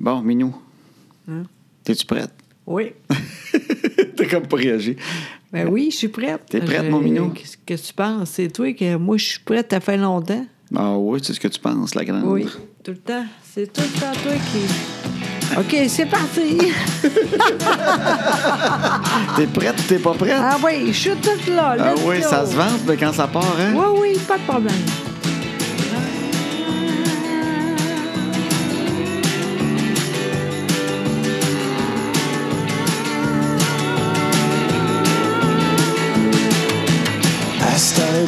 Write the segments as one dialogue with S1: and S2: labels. S1: Bon, Minou.
S2: Hein?
S1: T'es-tu prête?
S2: Oui.
S1: T'as comme pas réagi.
S2: Ben oui, je suis prête.
S1: T'es prête,
S2: Je-
S1: mon minou?
S2: Qu'est-ce que tu penses? C'est toi que moi, je suis prête, ça fait longtemps.
S1: Ah oui, c'est ce que tu penses, la grande.
S2: Oui, tout le temps. C'est tout le temps toi qui... OK, c'est parti!
S1: T'es prête ou t'es pas prête?
S2: Ah oui, je suis toute là.
S1: Ah
S2: let's
S1: oui,
S2: go.
S1: ça se vante mais quand ça part, hein?
S2: Oui, oui, pas de problème.
S3: À ce temps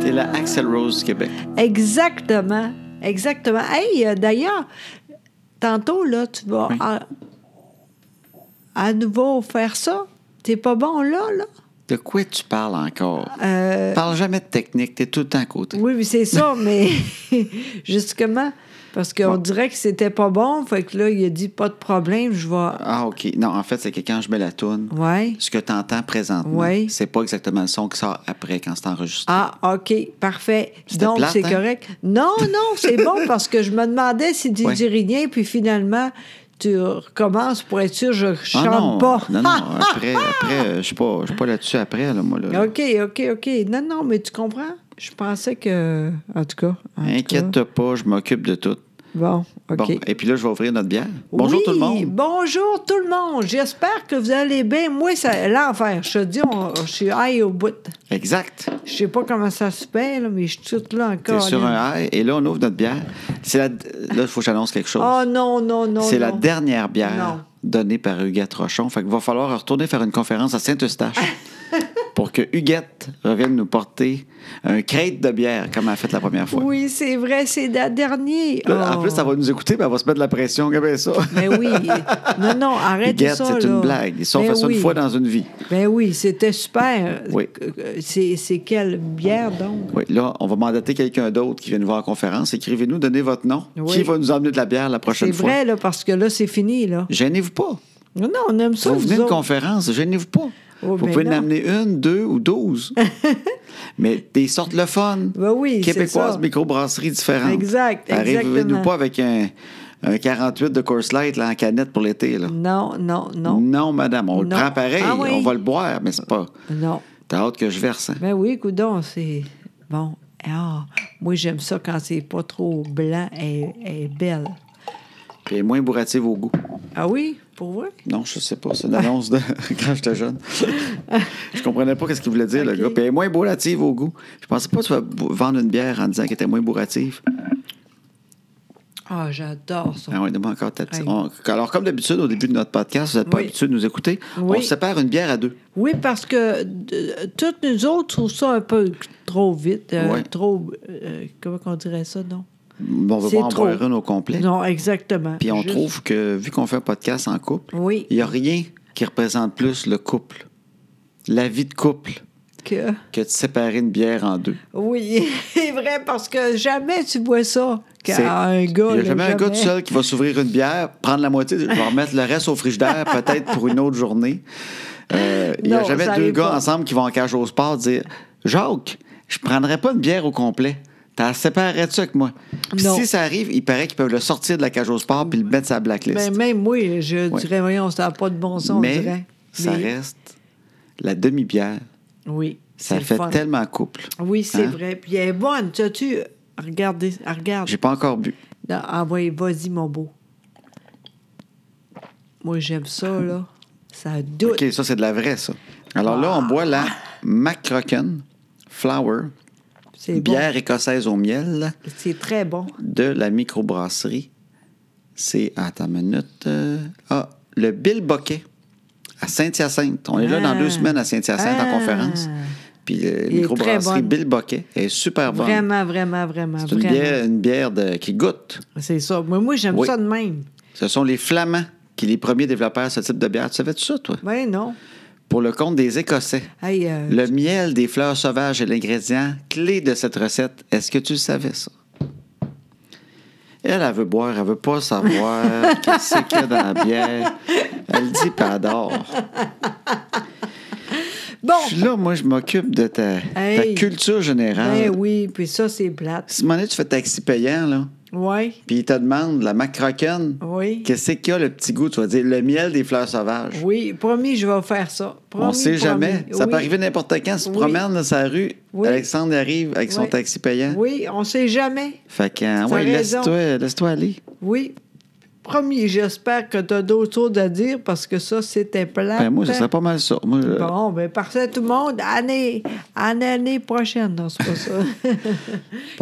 S1: T'es la Axel Rose du Québec.
S2: Exactement. Exactement. Hey, euh, d'ailleurs, tantôt, là, tu vas
S1: Oui.
S2: à, à nouveau faire ça. T'es pas bon là, là?
S1: De quoi tu parles encore? Parle jamais de technique, t'es tout le temps à côté.
S2: Euh, Oui, mais c'est ça, mais justement, parce qu'on dirait que c'était pas bon, fait que là, il a dit pas de problème, je vais.
S1: Ah, OK. Non, en fait, c'est que quand je mets la toune,
S2: Ouais.
S1: ce que t'entends présentement,
S2: Ouais.
S1: c'est pas exactement le son qui sort après quand c'est enregistré.
S2: Ah, OK, parfait.
S1: C'était
S2: Donc,
S1: plate,
S2: c'est
S1: hein?
S2: correct. Non, non, c'est bon parce que je me demandais si tu
S1: Ouais.
S2: dis rien, puis finalement, tu recommences pour être sûr que je
S1: Ah,
S2: chante
S1: non,
S2: pas.
S1: non, non, après, après, euh, je suis pas, je suis pas là-dessus après, là, moi, là. là.
S2: OK, OK, OK. Non, non, mais tu comprends? Je pensais que. En tout cas. en tout cas.
S1: Inquiète pas, je m'occupe de tout.
S2: Bon, OK.
S1: Bon, et puis là, je vais ouvrir notre bière. Bonjour
S2: Oui,
S1: tout le monde.
S2: Bonjour tout le monde. J'espère que vous allez bien. Moi, c'est l'enfer. Je te dis, on- je suis high au bout.
S1: Exact.
S2: Je sais pas comment ça se fait, là, mais je suis toute là
S1: T'es
S2: encore.
S1: sur un high. Et là, on ouvre notre bière. C'est la... Là, il faut que j'annonce quelque chose.
S2: Oh non, non, non.
S1: C'est la
S2: non.
S1: dernière bière
S2: Non.
S1: donnée par Huguette Rochon. Fait qu'il va falloir retourner faire une conférence à Saint-Eustache pour que Huguette revienne nous porter un crête de bière comme elle a fait la première fois.
S2: Oui, c'est vrai, c'est la dernière.
S1: Là, En
S2: Oh.
S1: plus, ça va nous écouter, mais elle va se mettre de la pression. Regardez ça.
S2: Mais oui. Non, non, arrête
S1: Huguette,
S2: ça.
S1: c'est
S2: là.
S1: une blague. Ça, on
S2: Ben
S1: fait ça
S2: oui.
S1: une fois dans une vie.
S2: Ben oui, c'était super.
S1: Oui.
S2: C'est c'est quelle bière, donc?
S1: Oui, là, on va mandater quelqu'un d'autre qui vient nous voir en conférence. Écrivez-nous, donnez votre nom.
S2: Oui.
S1: Qui va nous emmener de la bière la
S2: C'est
S1: prochaine fois?
S2: vrai, là, parce que là, c'est fini, là.
S1: Gênez-vous pas.
S2: Non, non, on aime ça,
S1: vous venez
S2: vous
S1: d'une
S2: autres.
S1: conférence, gênez-vous pas.
S2: Oh,
S1: vous
S2: ben
S1: pouvez en
S2: non.
S1: amener une, deux ou douze. Mais des sortes le fun.
S2: Ben oui, c'est
S1: Québécoises,
S2: ça.
S1: microbrasseries différentes.
S2: Exact,
S1: Arrivez-nous
S2: exactement.
S1: pas avec un, un 48 de Course Light là, en canette pour l'été. là.
S2: Non, non, non.
S1: madame, on le
S2: Non.
S1: prend pareil.
S2: Ah oui.
S1: On va le boire, mais c'est pas.
S2: Non.
S1: T'as hâte que je verse. hein?
S2: Ben oui, coudon, c'est. Bon. Ah, moi, j'aime ça quand c'est pas trop blanc et, et belle.
S1: Puis elle est moins bourrative au goût.
S2: Ah oui, pour vrai?
S1: Non, je sais pas. C'est une annonce de quand j'étais jeune. je comprenais pas ce qu'il voulait dire, le
S2: Ok.
S1: gars. Puis elle est moins bourrative au goût. Je pensais pas que tu vas bou- vendre une bière en disant qu'elle était moins bourrative.
S2: Ah, j'adore ça.
S1: Ah ouais, donne-moi encore ta petite-
S2: Hey.
S1: on- Alors, comme d'habitude, au début de notre podcast, vous n'êtes pas
S2: Oui.
S1: habitués de nous écouter. On
S2: Oui.
S1: sépare une bière à deux.
S2: Oui, parce que euh, toutes nous autres trouvent ça un peu trop vite, euh,
S1: Ouais.
S2: trop. euh, comment on dirait ça, non?
S1: Bon, on va
S2: C'est
S1: pas en
S2: trop.
S1: boire une au complet.
S2: Non, exactement.
S1: Ben, Puis on
S2: Juste-
S1: trouve que, vu qu'on fait un podcast en couple, il
S2: Oui.
S1: n'y a rien qui représente plus le couple, la vie de couple,
S2: Que...
S1: que de séparer une bière en deux.
S2: Oui, c'est vrai, parce que jamais tu vois ça
S1: C'est-
S2: qu'à un
S1: Il n'y
S2: gars.
S1: a
S2: là,
S1: jamais un gars tout seul qui va s'ouvrir une bière, prendre la moitié, je vais remettre le reste au frigidaire, peut-être pour une autre journée. Euh, il n'y a
S2: Non,
S1: jamais
S2: ça
S1: deux
S2: arrive
S1: gars
S2: pas.
S1: ensemble qui vont en cage au sport dire Jacques, je prendrais pas une bière au complet. T'as séparerais-tu avec moi? Puis
S2: Non.
S1: si ça arrive, il paraît qu'ils peuvent le sortir de la cage au sport puis le mettre sur la blacklist.
S2: Ben, même moi, je
S1: Ouais.
S2: dirais, voyons, ça n'a pas de bon sens, on
S1: Mais
S2: dirait.
S1: ça
S2: Mais-
S1: reste la demi-bière.
S2: Oui.
S1: Ça
S2: c'est le
S1: fait
S2: fun.
S1: tellement couple.
S2: Oui, c'est
S1: Hein?
S2: vrai. Puis elle est bonne. Tu as-tu. Regardez, regarde.
S1: J'ai pas encore bu.
S2: Non, envoyez, vas-y, mon beau. Moi, j'aime ça, là. Ça doute.
S1: OK, ça, c'est de la vraie, ça. Alors là,
S2: Ah.
S1: on boit la McCrocken Flower.
S2: c'est bon.
S1: bière écossaise au miel
S2: C'est très bon.
S1: de la microbrasserie. C'est, attends une minute, euh, ah, le Bill Boquet à Saint-Hyacinthe. On est là
S2: Ah.
S1: dans deux semaines à Saint-Hyacinthe
S2: Ah.
S1: en conférence. Puis euh,
S2: Il est très
S1: microbrasserie
S2: bonne.
S1: Bill Boquet est super bonne.
S2: Vraiment, vraiment, vraiment,
S1: C'est une
S2: vraiment.
S1: bière, une bière de- qui goûte.
S2: C'est ça. Moi, moi j'aime
S1: Oui.
S2: ça de même.
S1: Ce sont les Flamands qui les premiers développeurs de ce type de bière. Tu savais tout ça, toi?
S2: Ben non.
S1: Pour le compte des Écossais.
S2: Hey, euh,
S1: Le miel des fleurs sauvages est l'ingrédient clé de cette recette. Est-ce que tu le savais, ça? Elle, elle veut boire, elle veut pas savoir qu'est-ce qu'il y a dans la bière. Elle dit pas d'or.
S2: Bon.
S1: Je suis là, moi, je m'occupe de ta, ta
S2: Hey.
S1: culture générale.
S2: Ben oui, puis ça, c'est plate.
S1: Si à un moment donné, tu fais taxi payant, là,
S2: Oui,
S1: puis il te demande la macroquenne,
S2: oui.
S1: qu'est-ce qu'il y a le petit goût? Tu vas dire le miel des fleurs sauvages.
S2: Oui, promis, je vais faire ça.
S1: On
S2: Promis,
S1: ne sait
S2: promis.
S1: jamais. Ça
S2: Oui.
S1: peut arriver n'importe quand. Si tu te
S2: Oui.
S1: promènes dans sa rue,
S2: Oui.
S1: Alexandre arrive avec son
S2: Oui.
S1: taxi payant.
S2: Oui, on sait jamais.
S1: Fait que, euh, ouais,
S2: raison.
S1: laisse-toi laisse aller.
S2: Oui. Promis, j'espère que tu as d'autres choses à dire parce que ça, c'était plate. hein?
S1: Ben, moi, ça euh, serait pas mal ça. Moi, je-
S2: Bon, ben parfait tout le monde. Année, année, année prochaine, non, c'est pas ça.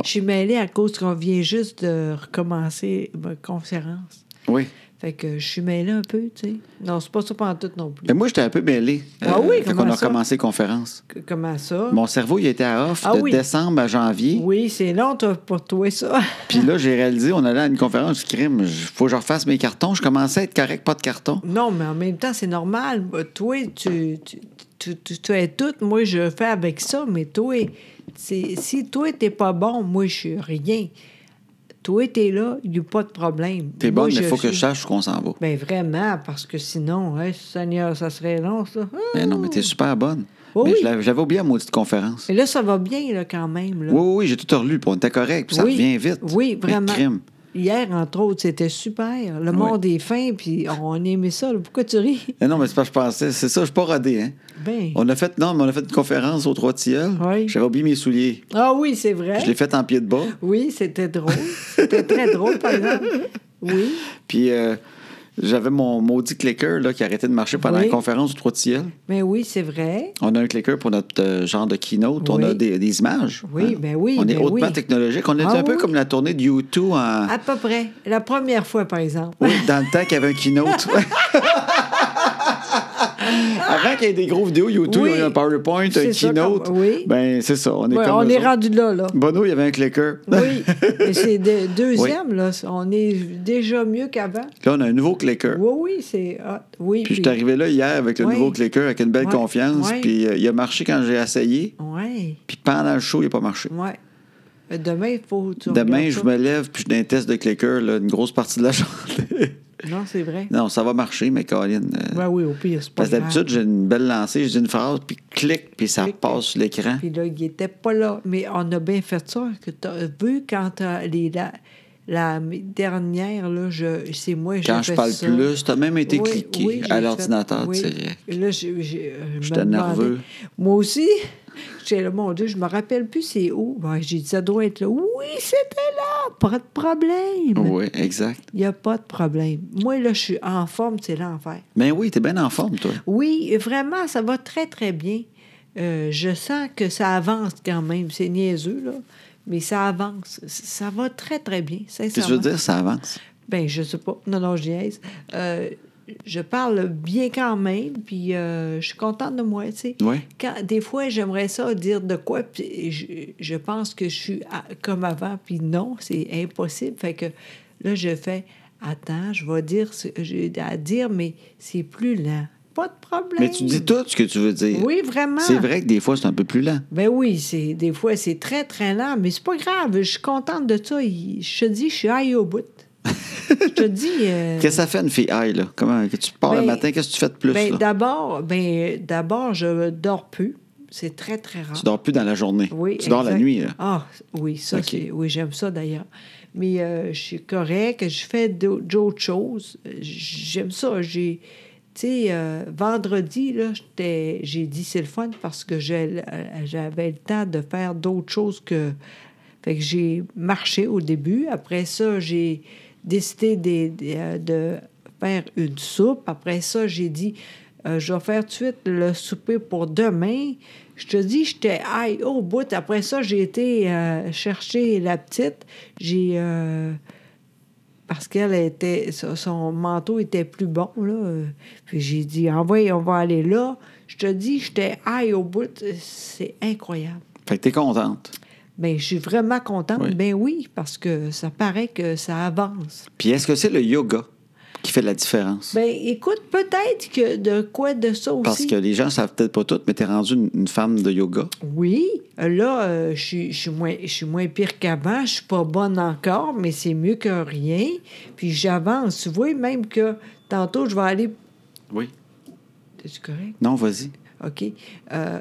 S2: Je suis mêlée à cause qu'on vient juste de recommencer ma conférence.
S1: Oui.
S2: Fait que je suis mêlée un peu, tu sais. Non, c'est pas ça pendant tout non plus.
S1: Mais moi, j'étais un peu mêlé. Euh,
S2: Ah oui,
S1: fait
S2: comment
S1: qu'on a
S2: ça?
S1: recommencé conférence.
S2: Que- Comment ça?
S1: Mon cerveau, il était à off
S2: Ah
S1: de
S2: oui.
S1: décembre à janvier.
S2: Oui, c'est long toi, pour toi, ça.
S1: Puis là, j'ai réalisé, on allait à une conférence, je crime, faut que je refasse mes cartons. Je commençais à être correct, pas de carton.
S2: Non, mais en même temps, c'est normal. Bah, Toi, tu, tu, tu, tu- tu es toute. Moi, je fais avec ça, mais toi, c'est- si toi, t'es pas bon, moi, je suis rien. Toi, t'es là, il n'y a pas de problème.
S1: T'es
S2: Moi,
S1: bonne, mais
S2: je
S1: il faut que
S2: suis-
S1: je sache où qu'on s'en va.
S2: Ben vraiment, parce que sinon, hein, Seigneur, ça serait long, ça. Ah!
S1: Mais Ben non, mais t'es super bonne.
S2: Oui,
S1: mais
S2: oui.
S1: je l'avais- j'avais oublié à maudite conférence.
S2: Mais là, ça va bien, là, quand même. Là.
S1: Oui, oui, oui, j'ai tout relu, puis on était correct, puis ça
S2: Oui.
S1: revient vite.
S2: Oui,
S1: Mais
S2: vraiment.
S1: crime.
S2: Hier, entre autres, c'était super. Le monde est fin, puis on aimait ça. là. Pourquoi tu ris?
S1: Mais non, mais c'est pas que je pensais. C'est ça, je suis pas rodé, hein.
S2: Ben.
S1: On a fait, non, mais on a fait une conférence aux Trois Tilleuls.
S2: Oui.
S1: J'avais oublié mes souliers.
S2: Ah oui, c'est vrai.
S1: Je l'ai faite en pied de bas.
S2: Oui, c'était drôle. C'était très drôle, par exemple. Oui.
S1: Puis euh, j'avais mon maudit clicker là, qui arrêtait de marcher pendant
S2: Oui.
S1: la conférence du trois tilleuls.
S2: Mais oui, c'est vrai. On
S1: On a un clicker pour notre euh, genre de keynote. On
S2: Oui.
S1: a des, des images. Hein?
S2: Oui, ben oui,
S1: On est
S2: ben
S1: hautement
S2: oui.
S1: technologique. On est
S2: Ah
S1: un peu
S2: oui. Ah.
S1: comme la tournée de U2 en-
S2: À peu près. La première fois, par exemple.
S1: oui, dans le temps qu'il y avait un keynote. Avant qu'il y ait des grosses vidéos YouTube,
S2: Oui.
S1: il y a eu un PowerPoint, un
S2: C'est ça,
S1: keynote.
S2: comme- oui.
S1: Ben, c'est ça. On est
S2: Ouais,
S1: comme
S2: on
S1: eux
S2: est
S1: autres.
S2: rendu là, là.
S1: Bono, il y avait un clicker.
S2: Oui. Mais c'est de- deuxième, là. On est déjà mieux qu'avant.
S1: Là, on a un nouveau clicker.
S2: Oui, oui, c'est hot. Oui.
S1: Puis je suis arrivé là hier avec le
S2: Oui.
S1: nouveau clicker, avec une belle
S2: Ouais.
S1: confiance.
S2: Ouais.
S1: Puis euh, il a marché quand j'ai essayé.
S2: Oui,
S1: Puis pendant le show, il n'a pas marché.
S2: oui. Euh, Demain, il faut. tu
S1: Demain,
S2: regardes
S1: je
S2: ça.
S1: me lève puis je fais un test de clicker, là, une grosse partie de la journée.
S2: Non, c'est vrai.
S1: non, ça va marcher, mais Colin. euh,
S2: Ouais, oui, au pire, c'est pas
S1: parce que
S2: grave.
S1: d'habitude, j'ai une belle lancée, je dis une phrase, puis clic, puis ça
S2: Clic.
S1: passe sur l'écran.
S2: Puis là, il était pas là. Mais on a bien fait ça. Que t'as vu quand euh, les, la, la dernière, là, je, c'est moi, j'ai
S1: Quand je
S2: fait
S1: parle
S2: ça.
S1: plus, tu as même été
S2: Oui,
S1: cliqué
S2: oui, j'ai
S1: à
S2: fait-
S1: l'ordinateur
S2: oui.
S1: direct.
S2: Et Là, j'ai- j'ai- euh, je me
S1: J'étais
S2: demandais-
S1: nerveux.
S2: Moi aussi, j'étais là, mon Dieu, je me rappelle plus c'est où. Ben, j'ai dit, ça doit être là. Oui, c'était là, pas de problème.
S1: Oui, exact.
S2: Il n'y a pas de problème. Moi, là, je suis en forme, c'est l'enfer.
S1: Mais oui, t'es bien en forme, toi.
S2: Oui, vraiment, ça va très, très bien. Euh, je sens que ça avance quand même. C'est niaiseux, là. Mais ça avance. C- Ça va très, très bien,
S1: Tu veux
S2: sincèrement.
S1: dire, ça avance.
S2: Ben, je sais pas. Non, non, je niaise. Euh, je parle bien quand même, puis euh, je suis contente de moi, tu sais.
S1: Oui.
S2: Quand- des fois, j'aimerais ça dire de quoi, puis je, je pense que je suis à- comme avant, puis non, c'est impossible. Fait que là, je fais attends, je vais dire ce que j'ai à dire, mais c'est plus lent. Pas de problème.
S1: Mais tu dis tout ce que tu veux dire.
S2: Oui, vraiment.
S1: C'est vrai que des fois, c'est un peu plus lent.
S2: Ben oui, c'est des fois, c'est très, très lent, mais c'est pas grave. Je suis contente de ça. Il- Je te dis, je suis aille au bout. je te dis. euh,
S1: Qu'est-ce que ça fait une fille aille, là? Comment que tu pars le
S2: Ben,
S1: matin, qu'est-ce que tu fais de plus?
S2: ben,
S1: là?
S2: d'abord, ben, d'abord, je dors plus. C'est très, très rare.
S1: Tu dors plus dans la journée.
S2: Oui,
S1: tu dors la
S2: exact.
S1: nuit, là.
S2: Ah, oui, ça,
S1: OK.
S2: c'est- oui, j'aime ça d'ailleurs. Mais euh, je suis correcte, je fais d'au- d'autres choses. J'aime ça. J'ai, tu sais, euh, vendredi, là, j'étais- j'ai dit c'est le fun parce que j'ai- euh, j'avais le temps de faire d'autres choses que. Fait que j'ai marché au début. Après ça, j'ai décidé des- des, euh, de faire une soupe. Après ça, j'ai dit, euh, je vais faire tout de suite le souper pour demain. Je te dis, j'étais aïe au bout. Après ça, j'ai été euh, chercher la petite. J'ai euh, parce qu'elle était, so- son manteau était plus bon, là. Euh, Puis j'ai dit, envoie, on va aller là. Je te dis, j'étais high au bout. C'est incroyable.
S1: Fait que t'es contente.
S2: Ben, je suis vraiment contente.
S1: Oui.
S2: Ben oui, parce que ça paraît que ça avance.
S1: Puis est-ce que c'est le yoga qui fait la différence?
S2: Ben, écoute, peut-être que de quoi de ça Ben, aussi.
S1: Parce que les gens savent peut-être pas tout, mais t'es rendue une, une femme de yoga.
S2: Oui, là, euh, je suis- je suis moins, je suis moins pire qu'avant. Je suis pas bonne encore, mais c'est mieux que rien. Puis j'avance. Tu vois, même que tantôt, je vais aller.
S1: Oui.
S2: C'est correct?
S1: Non, vas-y.
S2: OK. Euh,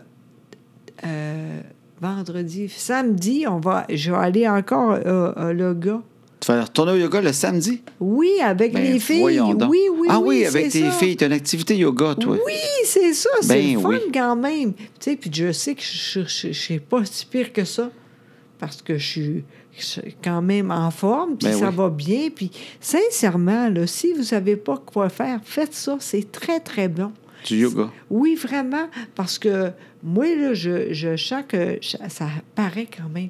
S2: euh, vendredi, samedi, on va, je vais aller encore euh, euh, le gars.
S1: Tu vas retourner au yoga le samedi?
S2: Oui, avec
S1: Ben,
S2: les filles.
S1: voyons donc.
S2: Oui, oui,
S1: Ah
S2: oui,
S1: oui, avec
S2: c'est
S1: tes
S2: ça.
S1: filles. T'as une activité yoga, toi.
S2: Oui, c'est ça, c'est
S1: Ben
S2: le fun
S1: oui.
S2: quand même. Tu sais, puis je sais que je je- je- je suis pas si pire que ça parce que je suis je suis quand même en forme, puis
S1: Ben
S2: ça
S1: oui.
S2: va bien. Puis sincèrement, là, si vous savez pas quoi faire, faites ça, c'est très, très bon.
S1: Du yoga.
S2: Oui, vraiment, parce que moi, là, je, je sens que ça ça paraît quand même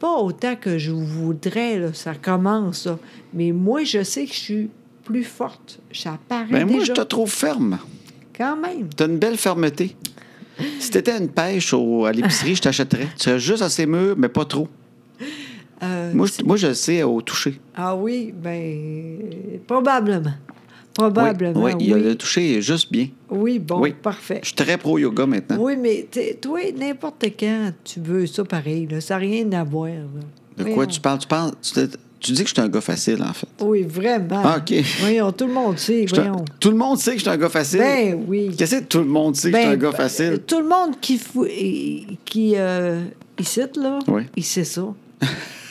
S2: pas autant que je voudrais, là, ça commence, là. mais moi, je sais que je suis plus forte. Ça paraît
S1: Ben moi, je
S2: déjà,
S1: te trouve ferme.
S2: quand même.
S1: T'as une belle fermeté. Si t'étais à une pêche au- à l'épicerie, je t'achèterais. Tu serais juste assez mûr, mais pas trop.
S2: Euh,
S1: Moi, je, moi, je le sais au toucher.
S2: Ah oui, ben probablement.
S1: Oui,
S2: Probablement,
S1: oui,
S2: oui.
S1: il y a le toucher est juste bien.
S2: Oui, bon,
S1: oui.
S2: parfait.
S1: Je suis très pro-yoga maintenant.
S2: Oui, mais t'es- toi, n'importe quand, tu veux ça pareil, là, ça n'a rien à voir. là.
S1: De quoi
S2: Voyons.
S1: tu parles? Tu, parles tu, te- tu dis que je suis un gars facile, en fait.
S2: Oui, vraiment.
S1: Ah, OK.
S2: Voyons, tout le monde sait,
S1: Je suis un-
S2: voyons.
S1: tout le monde sait que je suis un gars facile.
S2: Ben oui.
S1: Qu'est-ce que tout le monde sait que je suis un
S2: Ben,
S1: gars facile?
S2: Tout le monde qui, fou- et- qui euh, ici, là,
S1: Oui.
S2: il sait ça.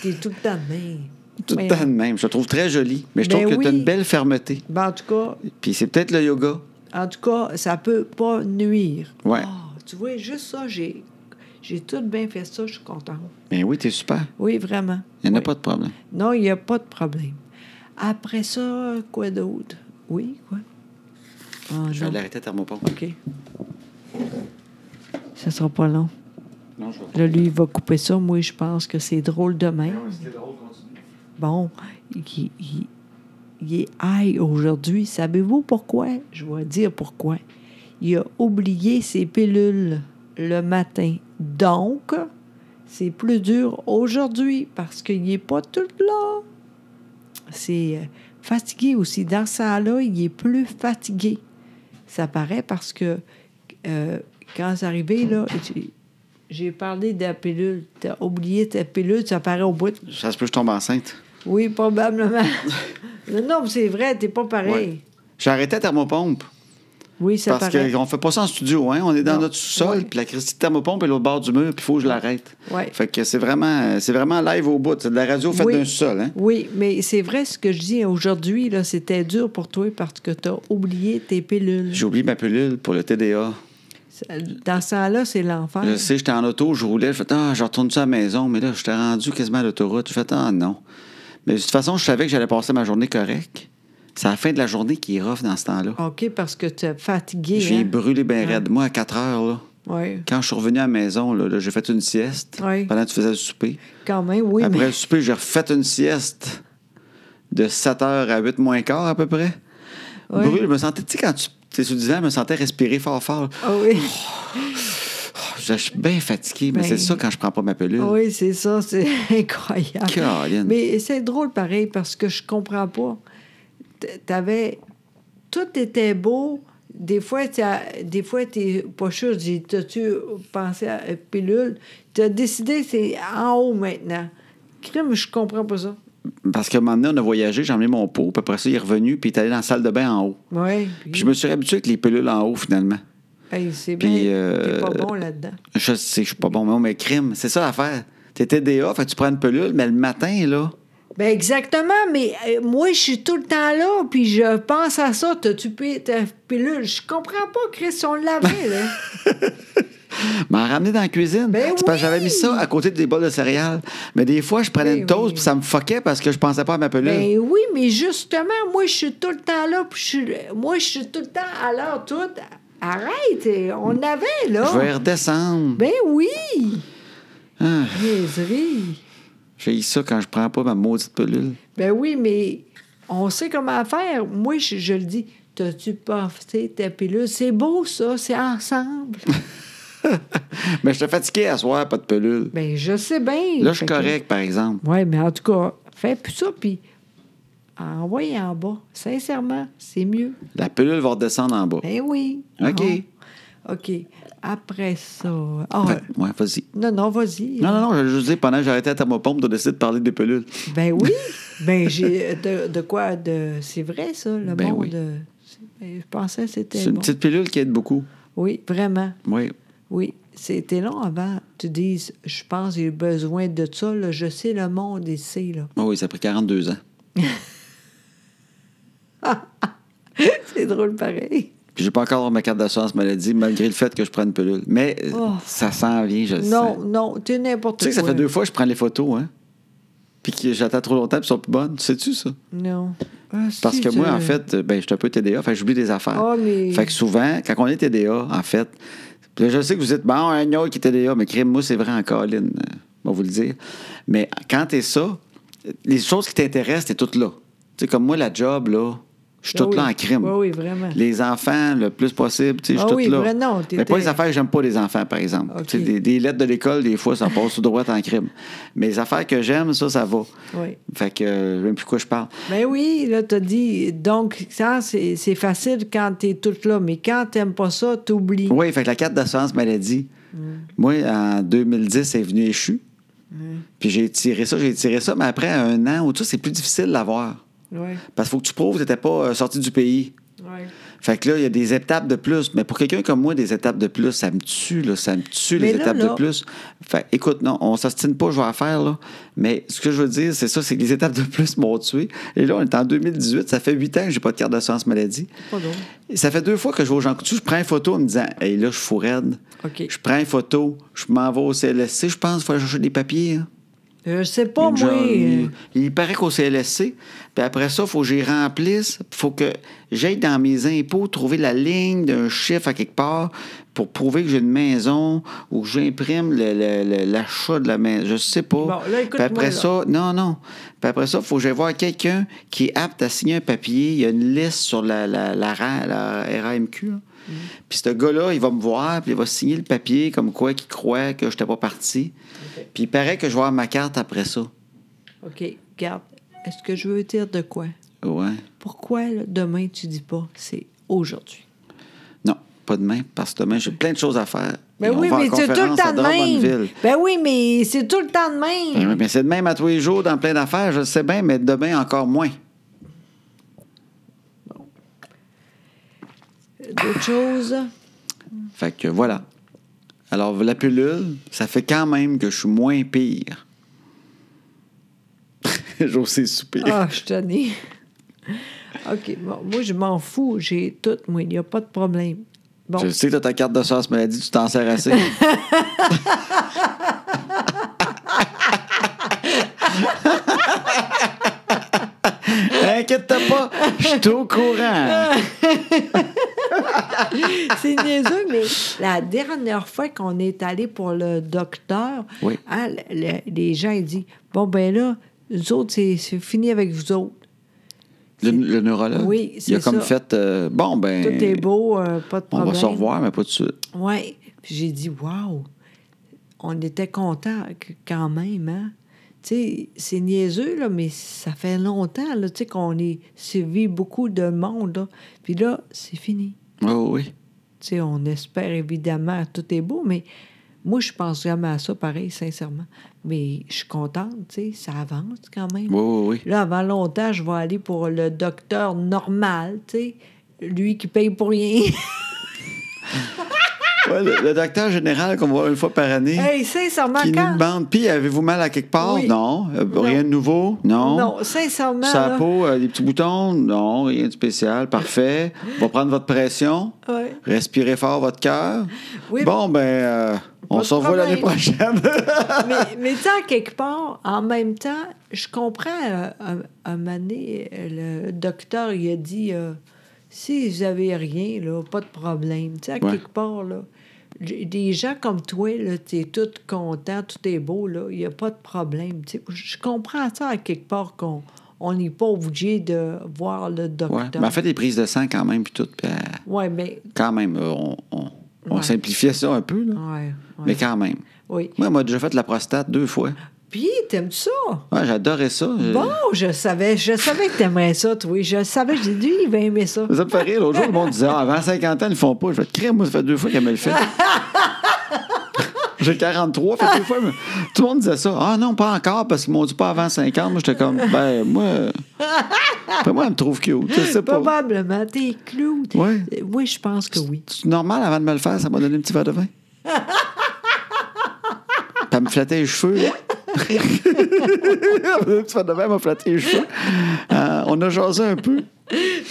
S2: T'es tout le temps de même. Ben,
S1: Tout le
S2: Voyons.
S1: temps de même. Je te trouve très jolie, mais je
S2: Ben
S1: trouve que tu as
S2: oui.
S1: une belle fermeté.
S2: Ben, en tout cas,
S1: Puis c'est peut-être le yoga.
S2: En tout cas, ça peut pas nuire.
S1: Ouais.
S2: Ah, tu vois, juste ça, j'ai, j'ai tout bien fait ça, je suis contente.
S1: Ben oui, t'es super.
S2: Oui, vraiment.
S1: Il n'y en a
S2: Oui.
S1: pas de problème.
S2: Non, il n'y a pas de problème. Après ça, quoi d'autre? Oui, quoi? Ah,
S1: Je vais
S2: non.
S1: l'arrêter à thermopompe.
S2: OK. Ce sera pas long.
S1: Non, je vais
S2: Là, lui, il va couper ça. Moi, je pense que c'est drôle demain. Bon, il, il- il est high aujourd'hui. Savez-vous pourquoi? Je vais dire pourquoi. Il a oublié ses pilules le matin. Donc, c'est plus dur aujourd'hui parce qu'il n'est pas tout là. C'est euh, fatigué aussi. Dans ça là il est plus fatigué. Ça paraît parce que euh, quand c'est arrivé, là, j'ai- j'ai parlé de la pilule. T'as oublié ta pilule, ça paraît au bout.
S1: Ça se peut que je tombe enceinte.
S2: Oui, probablement. non, non, mais c'est vrai, t'es pas pareil.
S1: J'ai arrêté à thermopompe.
S2: Oui, ça
S1: Parce
S2: paraît.
S1: qu'on ne fait pas ça en studio, hein? On est dans
S2: Non.
S1: notre sous-sol,
S2: Ouais.
S1: puis la Christie de thermopompe est au bord du mur, puis il faut que je l'arrête.
S2: Ouais.
S1: Fait que c'est vraiment, euh, c'est vraiment live au bout. C'est de la radio faite
S2: Oui.
S1: d'un sous-sol, hein?
S2: Oui, mais c'est vrai ce que je dis aujourd'hui, là, c'était dur pour toi parce que t'as oublié tes pilules.
S1: J'ai oublié ma pilule pour le TDA.
S2: Ça- Dans ce temps-là, c'est l'enfer.
S1: Je sais, j'étais en auto, je roulais, je fais Ah, je retourne ça à la maison, mais là, j'étais rendu quasiment à l'autoroute. Je fais Ah non. Mais de toute façon, je savais que j'allais passer ma journée correcte. C'est la fin de la journée qui est rough dans ce temps-là.
S2: OK, parce que t'es fatigué.
S1: J'ai
S2: hein?
S1: brûlé bien raide. Moi, à 4 heures, là,
S2: Oui,
S1: quand je suis revenu à la maison, là, là, j'ai fait une sieste
S2: Ouais.
S1: pendant que tu faisais le souper.
S2: quand même, oui.
S1: Après
S2: mais-
S1: le souper, j'ai refait une sieste de 7 h à 8 moins quart à peu près.
S2: Ouais.
S1: Brûle, je me sentais, tu sais, quand tu es sous le divan, je me sentais respirer fort, fort.
S2: Ah oui,
S1: Oh, je suis bien fatigué, mais
S2: Ben-
S1: c'est ça quand je prends pas ma pilule.
S2: Ah oui c'est ça, c'est incroyable.
S1: Caroline.
S2: Mais c'est drôle pareil parce que je comprends pas. T- T'avais. Tout était beau. Des fois, t'as- des fois, t'es pas sûr. J'ai- T'as-tu pensé à la pilule? T'as décidé, c'est en haut maintenant. Crime, je comprends pas ça.
S1: Parce que un moment donné, on a voyagé, j'ai emmené mon pot, puis après ça, il est revenu, puis il est allé dans la salle de bain en haut.
S2: Oui.
S1: Puis je me suis habitué avec les pilules en haut, finalement.
S2: Hey, c'est
S1: puis,
S2: bien.
S1: euh,
S2: T'es pas bon là-dedans.
S1: Je sais, je suis pas bon, mais, oh, mais crime, c'est ça l'affaire. T'es TDA, fait que tu prends une pilule, mais le matin, là.
S2: Ben exactement, mais euh, moi, je suis tout le temps là, puis je pense à ça. T'as-tu pi- ta pilule? Je comprends pas, Chris, on l'avait, là.
S1: m'en ramener dans la cuisine.
S2: Ben
S1: c'est parce que
S2: oui!
S1: j'avais mis ça à côté des bols de céréales. Mais des fois, je prenais
S2: Ben
S1: une toast
S2: oui.
S1: puis ça me foquait parce que je pensais pas à ma pelure.
S2: Ben oui, mais justement, moi, je suis tout le temps là, puis je suis- moi, je suis tout le temps à l'heure toute. Arrête, eh, on avait, là.
S1: Je vais redescendre.
S2: Ben oui!
S1: Ah.
S2: Niaiserie.
S1: J'ai eu ça quand je prends pas ma maudite pelule.
S2: Ben oui, mais On sait comment faire. Moi, je, je le dis, t'as-tu porté ta pilule? C'est beau, ça, c'est ensemble.
S1: Mais je t'ai fatigué à soir, pas de pelule.
S2: ben, je sais bien.
S1: Là, je suis
S2: Fait que-
S1: correct, par exemple.
S2: Oui, mais en tout cas, fais plus ça, puis envoyez en bas. Sincèrement, c'est mieux.
S1: La pelule va redescendre en bas.
S2: Ben oui.
S1: OK.
S2: Ah. OK. Après ça. Ah,
S1: Fait- ouais, vas-y.
S2: non, non, vas-y.
S1: Non, non, non, je juste dire, pendant que j'arrêtais à thermopompe, de décider de parler des pelules.
S2: Ben oui. ben j'ai. De, de quoi de... C'est vrai, ça, le
S1: Ben
S2: monde.
S1: oui.
S2: euh, c'est- ben, je pensais que
S1: C'est
S2: c'était.
S1: une
S2: Bon.
S1: petite pilule qui aide beaucoup.
S2: Oui, vraiment.
S1: Oui.
S2: Oui. C'était long avant que tu dises, je pense, j'ai besoin de ça. là. Je sais, le monde, il sait. Là.
S1: Ah oui, ça a pris 42 ans.
S2: c'est drôle pareil.
S1: Puis j'ai pas encore ma carte d'assurance maladie, malgré le fait que je prenne une pelule. Mais euh,
S2: Oh.
S1: ça s'en vient, je le
S2: Non,
S1: sais.
S2: non, t'es n'importe
S1: Tu
S2: quoi.
S1: sais que ça fait deux fois que je prends les photos, hein? Puis que j'attends trop longtemps, puis elles sont plus bonnes. Sais-tu ça?
S2: Non. Ah,
S1: Parce
S2: si,
S1: que moi,
S2: tu-
S1: en fait, euh, ben, je suis un peu TDA, fait que j'oublie des affaires.
S2: Ah, mais-
S1: Fait que souvent, quand on est TDA, en fait, puis je sais que vous dites, bon, un autre qui est TDA, mais crime, moi, c'est vrai en colline, euh, on va vous le dire. Mais quand t'es ça, les choses qui t'intéressent, t'es toutes là. Tu sais, comme moi, la job, là, je suis
S2: Ah
S1: toute là
S2: oui.
S1: en crime.
S2: Ah oui, vraiment.
S1: Les enfants, le plus possible, tu sais, je suis
S2: Ah
S1: toute
S2: oui,
S1: là.
S2: vrai, non,
S1: mais pas
S2: t'étais-
S1: les affaires que j'aime pas les enfants, par exemple.
S2: Ok.
S1: Tu sais, Des, des lettres de l'école, des fois, ça passe tout droit en crime. Mais les affaires que j'aime, ça, ça va.
S2: Oui.
S1: Fait que euh, je sais même plus de quoi je parle.
S2: Ben oui, là, t'as dit. Donc, ça, c'est c'est facile quand t'es toute là, mais quand t'aimes pas ça, t'oublies.
S1: Oui, fait que la carte d'assurance maladie,
S2: Mm.
S1: moi, en 2010, c'est venu échu. Puis j'ai tiré ça, j'ai tiré ça, mais après un an ou tout, c'est plus difficile de l'avoir.
S2: Ouais.
S1: Parce qu'il faut que tu prouves que tu n'étais pas euh, sorti du pays. Fait que là, il y a des étapes de plus. Mais pour quelqu'un comme moi, des étapes de plus, ça me tue, là. Ça me tue,
S2: Mais
S1: les
S2: là,
S1: étapes
S2: là-
S1: de plus. Fait écoute, non, on s'ostine pas, je vais la faire, là. Mais ce que je veux dire, c'est ça, c'est que les étapes de plus m'ont tué. Et là, on est en 2018, ça fait huit ans que j'ai pas de carte d'assurance maladie.
S2: Pas drôle.
S1: Et Ça fait deux fois que je vais au Jean Coutu, je prends une photo en me disant Hey, là, je suis fou raide.
S2: OK.
S1: Je prends une photo, je m'en vais au CLSC, je pense, il faut aller chercher des papiers. hein.
S2: Euh, je sais pas, moi.
S1: Genre,
S2: euh,
S1: il, il paraît qu'au CLSC, puis après ça, il faut que j'y remplisse, il faut que j'aille dans mes impôts trouver la ligne d'un chiffre à quelque part pour prouver que j'ai une maison ou que j'imprime le- le- le- l'achat de la maison. Je sais pas.
S2: Bon, là, écoute-moi,
S1: Puis après
S2: là.
S1: ça, non, non. Puis après ça, il faut que j'aille voir quelqu'un qui est apte à signer un papier. Il y a une liste sur la, la, la, RA la RAMQ. là. hein.
S2: Mm-hmm.
S1: Puis ce gars-là, il va me voir, puis il va signer le papier comme quoi qu'il croit que je n'étais pas parti. Puis il paraît que je vais avoir ma carte après ça.
S2: OK, garde. Est-ce que je veux dire de quoi?
S1: Ouais.
S2: Pourquoi là, demain tu dis pas c'est aujourd'hui?
S1: Non, pas demain, parce que demain, j'ai plein de choses à faire.
S2: Ben
S1: Et on
S2: oui,
S1: va en
S2: mais c'est tout le
S1: conférence à
S2: temps de même.
S1: Drummondville.
S2: Ben oui, mais c'est tout le temps de même.
S1: Ben oui, Mais c'est de même à tous les jours, dans plein d'affaires, je le sais bien, mais demain encore moins.
S2: D'autres choses?
S1: Fait que voilà. Alors, la pilule, ça fait quand même que je suis moins pire. J'ose soupirer.
S2: Ah, je t'en ai. OK, bon, moi, je m'en fous. J'ai tout, moi. Il n'y a pas de problème. Bon,
S1: Je sais que t'as ta carte de sauce maladie, tu t'en sers assez. Inquiète-toi pas, je suis au courant.
S2: c'est niaiseux, mais la dernière fois qu'on est allé pour le docteur,
S1: Oui.
S2: hein, le- le- les gens, ils disent Bon, ben là, nous autres, c'est c'est fini avec vous autres.
S1: Le, le neurologue,
S2: Oui, c'est
S1: il a comme
S2: ça.
S1: fait euh, bon ben,
S2: Tout est beau, euh, pas de
S1: on
S2: problème.
S1: va se revoir, mais pas tout de suite.
S2: Oui. Puis j'ai dit, waouh, on était contents que- quand même, hein? Tu sais, c'est niaiseux, là, mais ça fait longtemps, là, tu sais, qu'on est suivi beaucoup de monde, là. Puis là, c'est fini.
S1: Oh oui,
S2: Tu sais, on espère évidemment, tout est beau, mais moi, je pense jamais à ça, pareil, sincèrement. Mais je suis contente, tu sais, ça avance quand même.
S1: oui, oui, oui.
S2: Là, avant longtemps, je vais aller pour le docteur normal, tu sais, lui qui paye pour rien.
S1: Ouais, le, le docteur général qu'on voit une fois par année.
S2: hey, sincèrement,
S1: qui nous
S2: quand...
S1: demande, puis avez-vous mal à quelque part?
S2: Oui.
S1: Non. Euh,
S2: Non.
S1: Rien de nouveau? Non.
S2: Non, sincèrement.
S1: Sa
S2: là,
S1: peau, euh, des petits boutons? Non, rien de spécial. Parfait. On va prendre votre pression.
S2: Ouais.
S1: Respirez fort votre cœur.
S2: Oui.
S1: Bon, ben, euh, on
S2: Pas de
S1: se revoit l'année
S2: problème.
S1: prochaine.
S2: mais, mais tu sais, à quelque part, en même temps, je comprends, euh, un, un moment donné, euh, le docteur, il a dit, euh, si vous avez rien, là, pas de problème. Tu sais, à
S1: Ouais.
S2: quelque part, là, j'ai- des gens comme toi, là, tu es tout content, tout est beau, là, il n'y a pas de problème. Tu sais, je comprends ça à quelque part qu'on on n'est pas obligé de voir le
S1: Ouais.
S2: docteur.
S1: Mais Ben, en fait, les prises de sang quand même, puis tout. puis, euh,
S2: Ouais, mais.
S1: quand même, euh, on, on- on
S2: Ouais.
S1: simplifiait ça un peu, là.
S2: Ouais, ouais.
S1: mais quand même.
S2: Oui.
S1: Moi, on m'a déjà fait la prostate deux fois.
S2: Puis, t'aimes ça?
S1: Ouais, J'adorais ça. Je-
S2: Bon, je savais, je savais que t'aimerais ça, toi. Je savais, j'ai dit, il va aimer ça.
S1: Ça me fait rire. L'autre jour, le monde disait Ah, avant 50 ans, ils le font pas. Je fais crème, moi, ça fait deux fois qu'elle me le fait. J'ai 43, fait deux fois. mais Tout le monde disait ça. Ah non, pas encore, parce qu'ils m'ont dit pas avant 50. Moi, j'étais comme, ben, moi. Après, moi, elle me trouve cute. Je sais pas.
S2: Probablement, t'es clou. t'es-
S1: Ouais.
S2: Oui, je pense que oui.
S1: C'est normal, avant de me le faire, ça m'a donné un petit verre de vin. Puis elle me flattait les cheveux. là. Elle m'a donné un petit verre de vin, elle m'a flatté les cheveux. Euh, on a jasé un peu.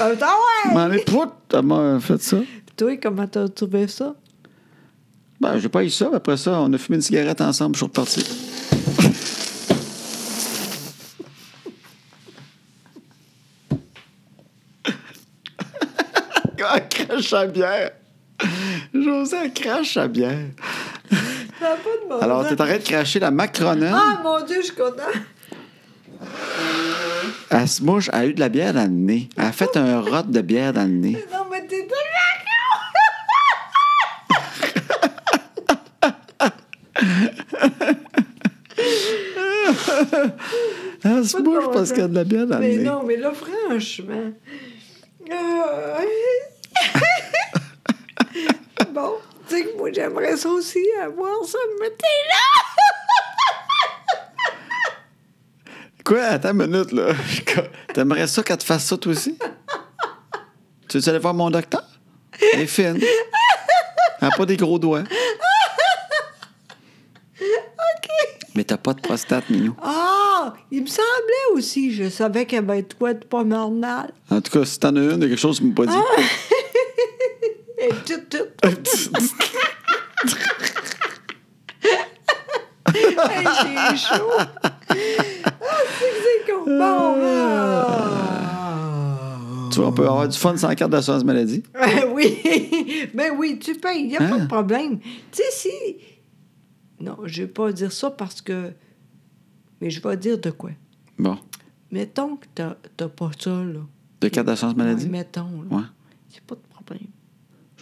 S2: Ah ouais!
S1: M'en est prout, elle m'a fait ça.
S2: Toi, comment t'as trouvé ça?
S1: Ben, j'ai pas eu ça, mais après ça, on a fumé une cigarette ensemble, je suis reparti. Elle Ah, crache sa bière. José crache sa bière.
S2: Ça a pas de bon
S1: Alors,
S2: sens.
S1: t'es en train de cracher la macronine.
S2: Ah, mon Dieu, je suis contente.
S1: Elle se mouche, elle a eu de la bière dans le nez. Elle a fait un rot de bière dans le nez.
S2: Non, mais t'es tellement
S1: Elle se
S2: Pas de
S1: mouche
S2: bon
S1: parce
S2: sens.
S1: qu'elle a de la bière dans le
S2: Mais
S1: nez.
S2: non, mais là, franchement. Euh, bon, tu sais que moi, j'aimerais ça aussi avoir ça, mais t'es là!
S1: Quoi? Attends une minute, là. T'aimerais ça qu'elle te fasse ça, toi aussi? tu veux aller voir mon docteur? Elle est fine. Elle n'a pas des gros doigts. OK. Mais t'as pas de prostate, mignon.
S2: Ah! Il me semblait aussi, je savais qu'elle va être quoi de pas normal.
S1: En tout cas, si t'en as une, il y a quelque chose que tu m'as pas dit.
S2: Et tout, tout. Hey, j'ai chaud. Ah, c'est que c'est con. Bon, ah.
S1: tu vois, on peut avoir du fun sans carte d'assurance maladie.
S2: Ben oui, ben oui, tu payes, il n'y a pas
S1: Hein?
S2: de problème. Tu sais, si. Non, je ne vais pas dire ça parce que. Mais je vais dire de quoi.
S1: Bon.
S2: Mettons que tu n'as pas ça, là.
S1: De carte d'assurance maladie?
S2: Ouais, mettons, là.
S1: Ouais.
S2: C'est pas de problème.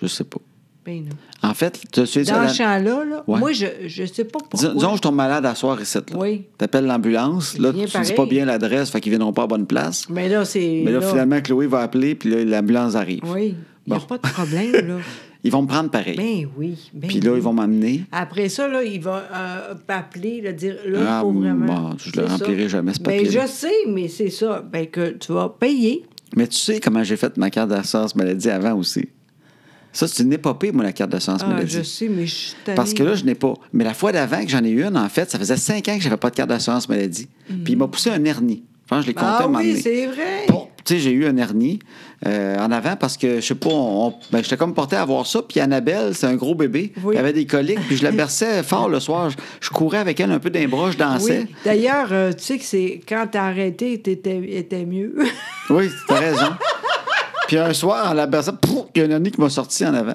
S1: Je sais pas.
S2: Ben non.
S1: En fait, tu sais...
S2: Dans ce champ-là, là,
S1: Ouais.
S2: moi, je ne sais pas pourquoi.
S1: Dis- Disons, je tombe malade à soir ici. Là.
S2: Oui.
S1: T'appelles l'ambulance. Là,
S2: Bien
S1: tu dis pas
S2: pareil.
S1: bien l'adresse, fait qu'ils viendront pas à bonne place.
S2: Mais Ben là, c'est.
S1: Mais là, finalement, Chloé va appeler, puis là, l'ambulance arrive.
S2: Oui, il n'y a
S1: Bon.
S2: pas de problème, là.
S1: Ils vont me prendre pareil.
S2: ben oui. Ben
S1: puis là,
S2: oui.
S1: ils vont m'amener.
S2: Après ça, là, il va euh, m'appeler, là, dire là,
S1: Ah,
S2: il faut vraiment.
S1: bon, je le
S2: C'est ça.
S1: remplirai jamais, ce
S2: Ben,
S1: papier-là.
S2: je sais, mais c'est ça. Ben, que tu vas payer.
S1: Mais tu sais comment j'ai fait ma carte d'assurance maladie avant aussi. Ça, c'est une épopée, moi, la carte d'assurance
S2: Ah,
S1: maladie.
S2: je sais, mais je suis tannée.
S1: Parce que là, je n'ai pas. Mais la fois d'avant que j'en ai eu une, en fait, ça faisait cinq ans que j'avais pas de carte d'assurance maladie. Puis il m'a poussé un hernie. Enfin, je l'ai compté à un
S2: Ah
S1: moment
S2: Hmm. oui,
S1: donné.
S2: c'est vrai.
S1: Bon, tu sais, j'ai eu un hernie euh, en avant parce que, je sais pas, on, on- ben, j'étais comme porté à voir ça. Puis Annabelle, c'est un gros bébé.
S2: Oui.
S1: Elle avait des coliques. Puis je la berçais fort le soir. Je, je courais avec elle un peu d'un bras, je dansais.
S2: Oui. D'ailleurs, euh, tu sais que c'est quand t'as arrêté, t'étais étais mieux.
S1: Oui, t'as raison. Puis un soir, en la berçant, pouf, il y a une hernie qui m'a sorti en avant.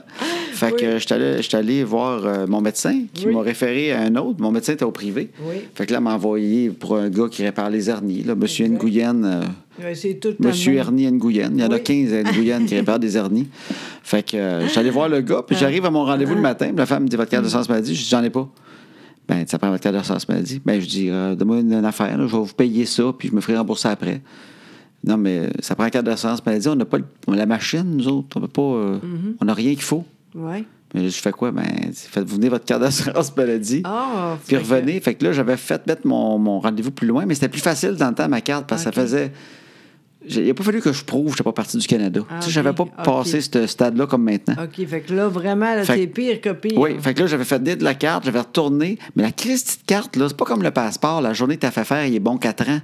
S1: Fait
S2: Oui.
S1: que euh, j'étais allé, j'étais allé voir euh, mon médecin qui
S2: Oui.
S1: m'a référé à un autre. Mon médecin était au privé.
S2: Oui.
S1: Fait que là, elle m'a envoyé pour un gars qui répare les hernies. Là, Monsieur
S2: Exact.
S1: Nguyen, euh,
S2: Ouais, c'est tout le
S1: Monsieur
S2: temps.
S1: Hernie Nguyen. Il y en a
S2: Oui.
S1: 15 à Nguyen qui réparent des hernies. Fait que euh, j'étais allé voir le gars, puis j'arrive à mon rendez-vous le matin. puis La femme me dit Votre carte de sens maladie Je dis J'en ai pas. Ben, ça prend votre carte de sens maladie. Ben, je dis Euh, Donne-moi une, une affaire, là, je vais vous payer ça, puis je me ferai rembourser après. Non, mais euh, ça prend la carte d'assurance maladie. On n'a pas le- on a la machine, nous autres. On peut pas. euh, On n'a rien qu'il faut.
S2: Oui.
S1: Mais je fais quoi? Ben, faites-vous venir votre carte d'assurance maladie.
S2: Ah,
S1: Puis
S2: fait que-
S1: revenez. Fait que là, j'avais fait mettre mon, mon rendez-vous plus loin, mais c'était plus facile dans le temps, ma carte, parce que
S2: Ok.
S1: ça faisait. j'ai- Il n'a pas fallu que je prouve que je n'étais pas parti du Canada.
S2: Ah,
S1: tu sais, j'avais pas
S2: ok, ok.
S1: passé ce stade-là comme maintenant.
S2: OK, fait que là, vraiment, là,
S1: Fait que-
S2: c'est pire que pire.
S1: Oui, fait que là, j'avais fait venir de la carte, j'avais retourné. Mais la Christie de carte, là, c'est pas comme le passeport. La journée que t'as fait faire, il est bon 4 ans.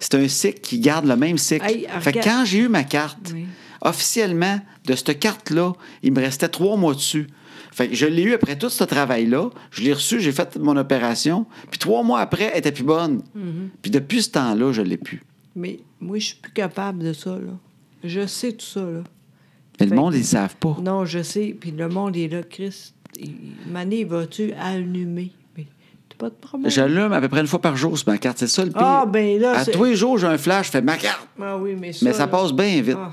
S1: C'est un cycle qui garde le même cycle.
S2: Hey,
S1: fait que
S2: regarde-
S1: quand j'ai eu ma carte,
S2: Oui.
S1: officiellement, de cette carte-là, il me restait trois mois dessus. Fait que je l'ai eu après tout ce travail-là. Je l'ai reçu, j'ai fait mon opération. Puis trois mois après, elle était plus bonne.
S2: Mhm.
S1: Puis depuis ce temps-là, je l'ai plus.
S2: Mais moi, je suis plus capable de ça, là. Je sais tout ça, là.
S1: Mais le
S2: Fait
S1: monde,
S2: que-
S1: ils savent pas.
S2: Non, je sais. Puis le monde est là, Christ. il- Mané, vas-tu allumer? Mais pas de problème.
S1: J'allume à peu près une fois par jour sur ma carte. C'est ça le pire.
S2: Ah, ben là,
S1: à
S2: c'est-
S1: tous les jours, j'ai un flash, je fais ma carte.
S2: Ah oui, mais ça.
S1: Mais ça
S2: là-
S1: passe bien vite.
S2: Ah.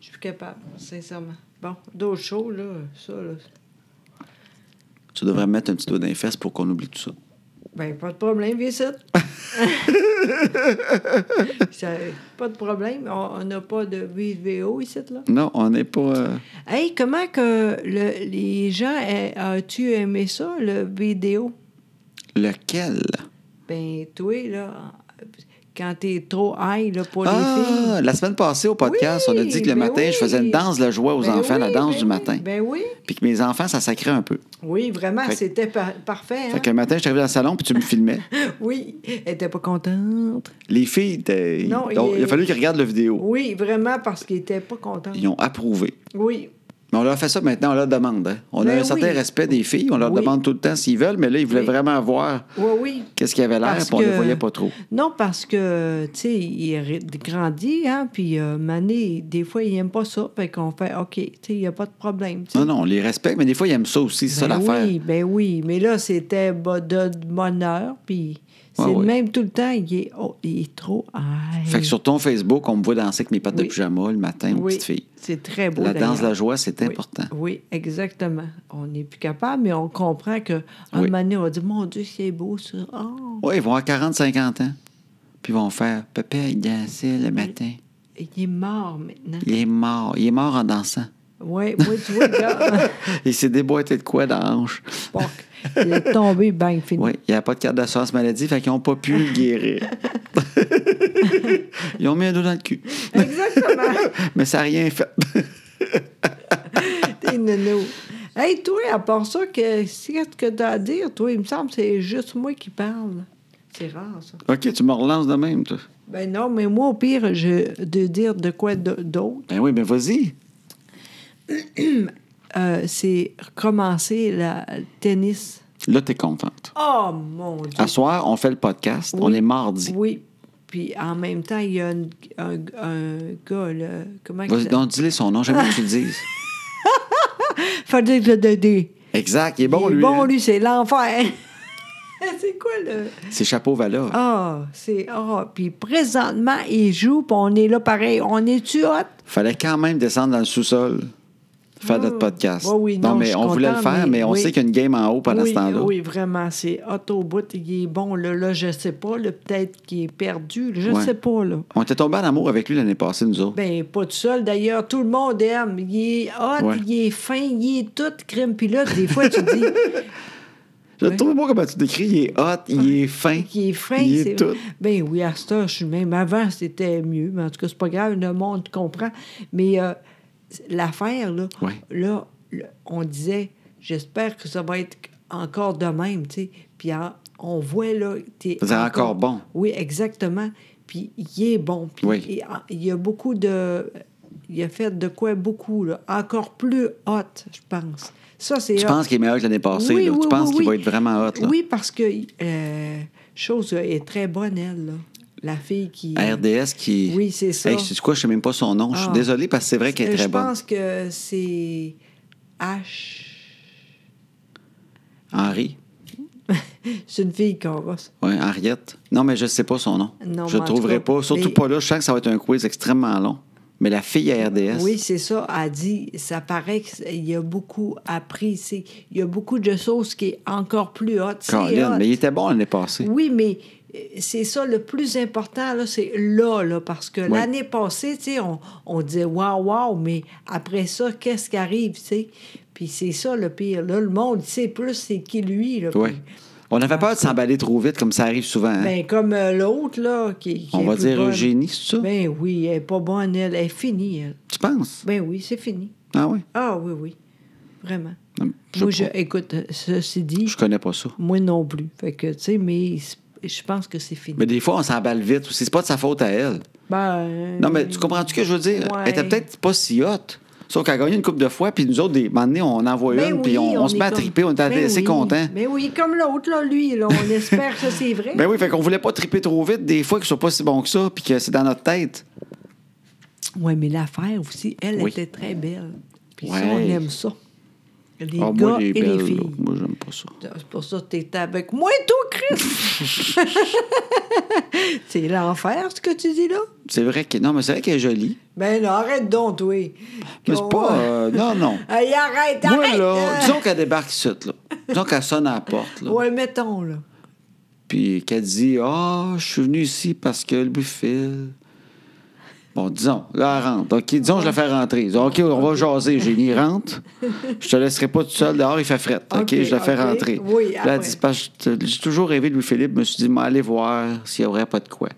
S2: je suis plus capable, sincèrement. Bon, d'autres choses, là, ça, là.
S1: Tu devrais me mettre un petit doigt dans les fesses pour qu'on oublie tout ça.
S2: Ben, pas de problème, viens ici. Ça- pas de problème. On on n'a pas de vidéo ici, là.
S1: Non, on n'est pas. euh,
S2: Hey, comment que le- les gens, eh, as-tu aimé ça, le vidéo?
S1: Lequel?
S2: Ben, toi, là, quand t'es trop high, là, pour les filles. ben
S1: Ah, la semaine passée au podcast,
S2: Oui,
S1: on a dit que le
S2: ben
S1: matin, je faisais une
S2: oui.
S1: danse de joie aux
S2: Ben
S1: enfants, la
S2: oui,
S1: danse
S2: ben
S1: du
S2: oui,
S1: matin.
S2: Ben oui,
S1: Puis que mes enfants, ça sacrait un peu.
S2: oui, vraiment,
S1: Fait que-
S2: c'était par- parfait.
S1: Fait
S2: Hein?
S1: que le matin, je suis arrivé dans le salon, puis tu me filmais.
S2: Oui, elle était pas contente.
S1: Les filles, étaient-
S2: Non,
S1: donc,
S2: il-
S1: il a fallu qu'ils regardent la vidéo.
S2: Oui, vraiment, parce qu'il était pas content.
S1: Ils ont approuvé.
S2: Oui,
S1: Mais on leur fait ça maintenant, on leur demande. hein. On a
S2: Ben
S1: un certain
S2: oui.
S1: respect des filles, on leur
S2: Oui.
S1: demande tout le temps s'ils veulent, mais là, ils voulaient
S2: Oui.
S1: vraiment voir
S2: oui, oui.
S1: qu'est-ce qu'il y avait l'air,
S2: Parce
S1: puis on ne
S2: que-
S1: le voyait pas trop.
S2: Non, parce que, tu sais, il ré- grandit, hein, puis euh, Mané, des fois, il aime pas ça, fait qu'on fait, OK, tu sais, il n'y a pas de problème. tu sais.
S1: Non, non, on les respecte, mais des fois, ils aiment ça aussi, c'est
S2: Ben
S1: ça l'affaire.
S2: Oui, ben oui, mais là, c'était bo- de de bonne heure, puis c'est
S1: Ouais,
S2: le
S1: ouais.
S2: même tout le temps, il est, oh, il est trop high.
S1: Fait que sur ton Facebook, on me voit danser avec mes pattes
S2: Oui.
S1: de pyjama le matin aux
S2: Oui,
S1: petites filles.
S2: C'est très beau.
S1: La danse de
S2: d'ailleurs.
S1: la joie, c'est
S2: Oui.
S1: important.
S2: Oui, exactement. On n'est plus capable, mais on comprend que un
S1: Oui.
S2: moment donné, on va dire Mon Dieu, c'est beau, ça. Oh,
S1: Oui, ils vont à 40, 50 ans. Puis ils vont faire Papa, il dansait le matin.
S2: il est mort maintenant.
S1: Il est mort. Il est mort en dansant.
S2: Oui, moi, tu vois, regarde.
S1: Il s'est déboîté de quoi dans la hanche?
S2: Fuck. Il est tombé, bang, fini.
S1: Oui, il n'y a pas de carte d'assurance maladie, fait qu'ils n'ont pas pu le guérir. ils ont mis un dos dans le cul.
S2: Exactement.
S1: Mais ça n'a rien fait.
S2: T'es nono. Hey, toi, à part ça, que- qu'est-ce que t'as à dire, toi? Il me semble que c'est juste moi qui parle. C'est rare, ça.
S1: OK, tu me relances de même, toi.
S2: Ben non, mais moi, au pire, je, de dire de quoi d- d'autre,
S1: Ben oui, mais vas-y.
S2: euh, c'est recommencer la- le tennis.
S1: Là, t'es contente.
S2: Oh, mon Dieu!
S1: À soir, on fait le podcast. Ah, On est mardi.
S2: Oui. Puis en même temps, il y a une- un, un gars, là, comment il
S1: Vas-y, donc, dis-le son nom, j'aime bien que tu le dises.
S2: Fadil Dedé.
S1: Exact, il est bon,
S2: Il est
S1: lui.
S2: Bon,
S1: hein.
S2: lui, c'est l'enfer. c'est quoi, le...
S1: C'est Chapeau Vala.
S2: Ah, c'est... Ah, puis présentement, il joue, puis on est là pareil. On est-tu hot?
S1: fallait quand même descendre dans le sous-sol, faire
S2: Ah.
S1: notre podcast.
S2: Ouais, oui, non,
S1: mais
S2: je suis
S1: on voulait le
S2: contente,
S1: faire,
S2: mais
S1: mais, on
S2: oui.
S1: sait qu'il y a une game en haut pendant
S2: oui,
S1: ce temps-là.
S2: oui, vraiment, c'est hot au bout. Il est bon, là, là je sais pas, là, peut-être qu'il est perdu, là, je
S1: Ouais.
S2: sais pas, là.
S1: On était tombés en amour avec lui l'année passée, nous autres.
S2: Ben, pas tout seul. D'ailleurs, tout le monde aime. Il est hot,
S1: Ouais.
S2: il est fin, il est tout crime. Puis là, des fois, tu dis,
S1: je le trouve beau comment tu décris. Il est hot, il est fin.
S2: qui est fin,
S1: Il est
S2: c'est
S1: tout.
S2: Ben oui, à cette heure, je suis même avant, c'était mieux, mais en tout cas, c'est pas grave, le monde comprend. Mais euh, l'affaire, là,
S1: Ouais.
S2: là, le- on disait, j'espère que ça va être encore de même, tu sais. Puis en- on voit, là, t'es
S1: C'est encore bon.
S2: Oui, exactement. Puis il est bon. Puis
S1: Oui.
S2: il- il y a beaucoup de... Il a fait de quoi beaucoup, là. Encore plus hot, je pense. Ça, c'est
S1: Tu
S2: hot.
S1: penses qu'il est meilleur que l'année passée.
S2: Oui,
S1: là.
S2: oui,
S1: tu penses
S2: oui,
S1: qu'il
S2: oui.
S1: va être vraiment hot. Là.
S2: Oui, parce que euh, chose est très bonne, elle, là. la fille qui.
S1: RDS qui.
S2: Oui, c'est ça.
S1: Hey, sais-tu quoi, je sais même pas son nom. Je suis
S2: Ah.
S1: désolé parce que c'est vrai qu'elle est
S2: Euh,
S1: très
S2: Je
S1: bonne.
S2: pense que c'est H.
S1: Henri.
S2: C'est une fille qu'on va.
S1: Oui, Henriette. Non, mais je sais pas son nom.
S2: Non,
S1: je
S2: mais en tout
S1: trouverai
S2: cas,
S1: pas. Surtout
S2: mais-
S1: pas là. Je sens que ça va être un quiz extrêmement long. Mais la fille à RDS.
S2: Oui, c'est ça. Elle dit, ça paraît qu'il y a beaucoup appris. c'est- Il y a beaucoup de choses qui est encore plus haute.
S1: Colin, mais il était bon l'année passée.
S2: Oui, mais euh, c'est ça le plus important, là, c'est là, là, parce que l'année passée, tu sais, on, on disait waouh, waouh, mais après ça, qu'est-ce qui arrive, tu sais? Puis c'est ça le pire. Là, le monde sait plus c'est qui lui. Là,
S1: Oui.
S2: Puis,
S1: On avait peur de s'emballer trop vite, comme ça arrive souvent. hein.
S2: ben, comme euh, l'autre, là, qui. qui
S1: on
S2: est
S1: va
S2: plus
S1: dire
S2: bonne.
S1: Eugénie, c'est ça?
S2: Ben oui, elle est pas bonne, elle. Elle est finie, elle.
S1: tu penses?
S2: Ben oui, c'est fini.
S1: Ah oui?
S2: Ah oui, oui. Vraiment.
S1: Je,
S2: Moi,
S1: sais
S2: je,
S1: pas.
S2: écoute, euh, ceci dit,
S1: je connais pas ça.
S2: moi non plus. Fait que, tu sais, mais c'est- je pense que c'est fini.
S1: Mais des fois, on s'emballe vite aussi. C'est pas de sa faute à elle.
S2: Ben,
S1: Non, mais tu comprends-tu ce que je veux dire?
S2: Ouais.
S1: Elle était peut-être pas si haute. Sauf qu'elle a gagné une coupe de fois, puis nous autres, des un moment donné, on envoie
S2: Ben
S1: une,
S2: oui,
S1: puis on, on se
S2: est
S1: met à
S2: comme-
S1: triper, on est
S2: Ben
S1: assez
S2: oui.
S1: content.
S2: Ben oui, comme l'autre, là, lui, là, on espère que ça, c'est vrai.
S1: Ben oui, fait qu'on voulait pas triper trop vite, des fois qu'ils soient pas si bons que ça, puis que c'est dans notre tête.
S2: Oui, mais l'affaire aussi, elle
S1: Oui.
S2: était très belle. Puis ça,
S1: Ouais.
S2: on aime ça. Les
S1: Ah,
S2: gars
S1: moi, les
S2: et
S1: belles,
S2: les
S1: là,
S2: filles.
S1: moi, j'aime pas. pas ça.
S2: C'est pour ça que t'étais avec moi, toi, Chris! c'est l'enfer, ce que tu dis là.
S1: C'est vrai que. Non, mais c'est vrai qu'elle est jolie.
S2: Ben là, arrête donc, oui.
S1: Mais
S2: Oh.
S1: c'est pas. euh, non, non.
S2: Hey, arrête,
S1: Moi,
S2: arrête!
S1: là,
S2: euh.
S1: disons qu'elle débarque ici, là. Disons qu'elle sonne à la porte, là.
S2: Ouais, mettons, là.
S1: Puis qu'elle dit Ah, je suis venue ici parce que le buffet. Bon, disons, là, elle rentre. OK, disons, que je la fais rentrer. Ils disent, OK, on va jaser. J'ai mis rentre. Je te laisserai pas tout seul dehors, il fait fret. OK,
S2: OK,
S1: je la fais
S2: OK.
S1: rentrer.
S2: Oui,
S1: Puis là,
S2: après.
S1: elle dit Parce que J'ai toujours rêvé de Louis-Philippe. Je me suis dit, mais allez voir s'il n'y aurait pas de quoi.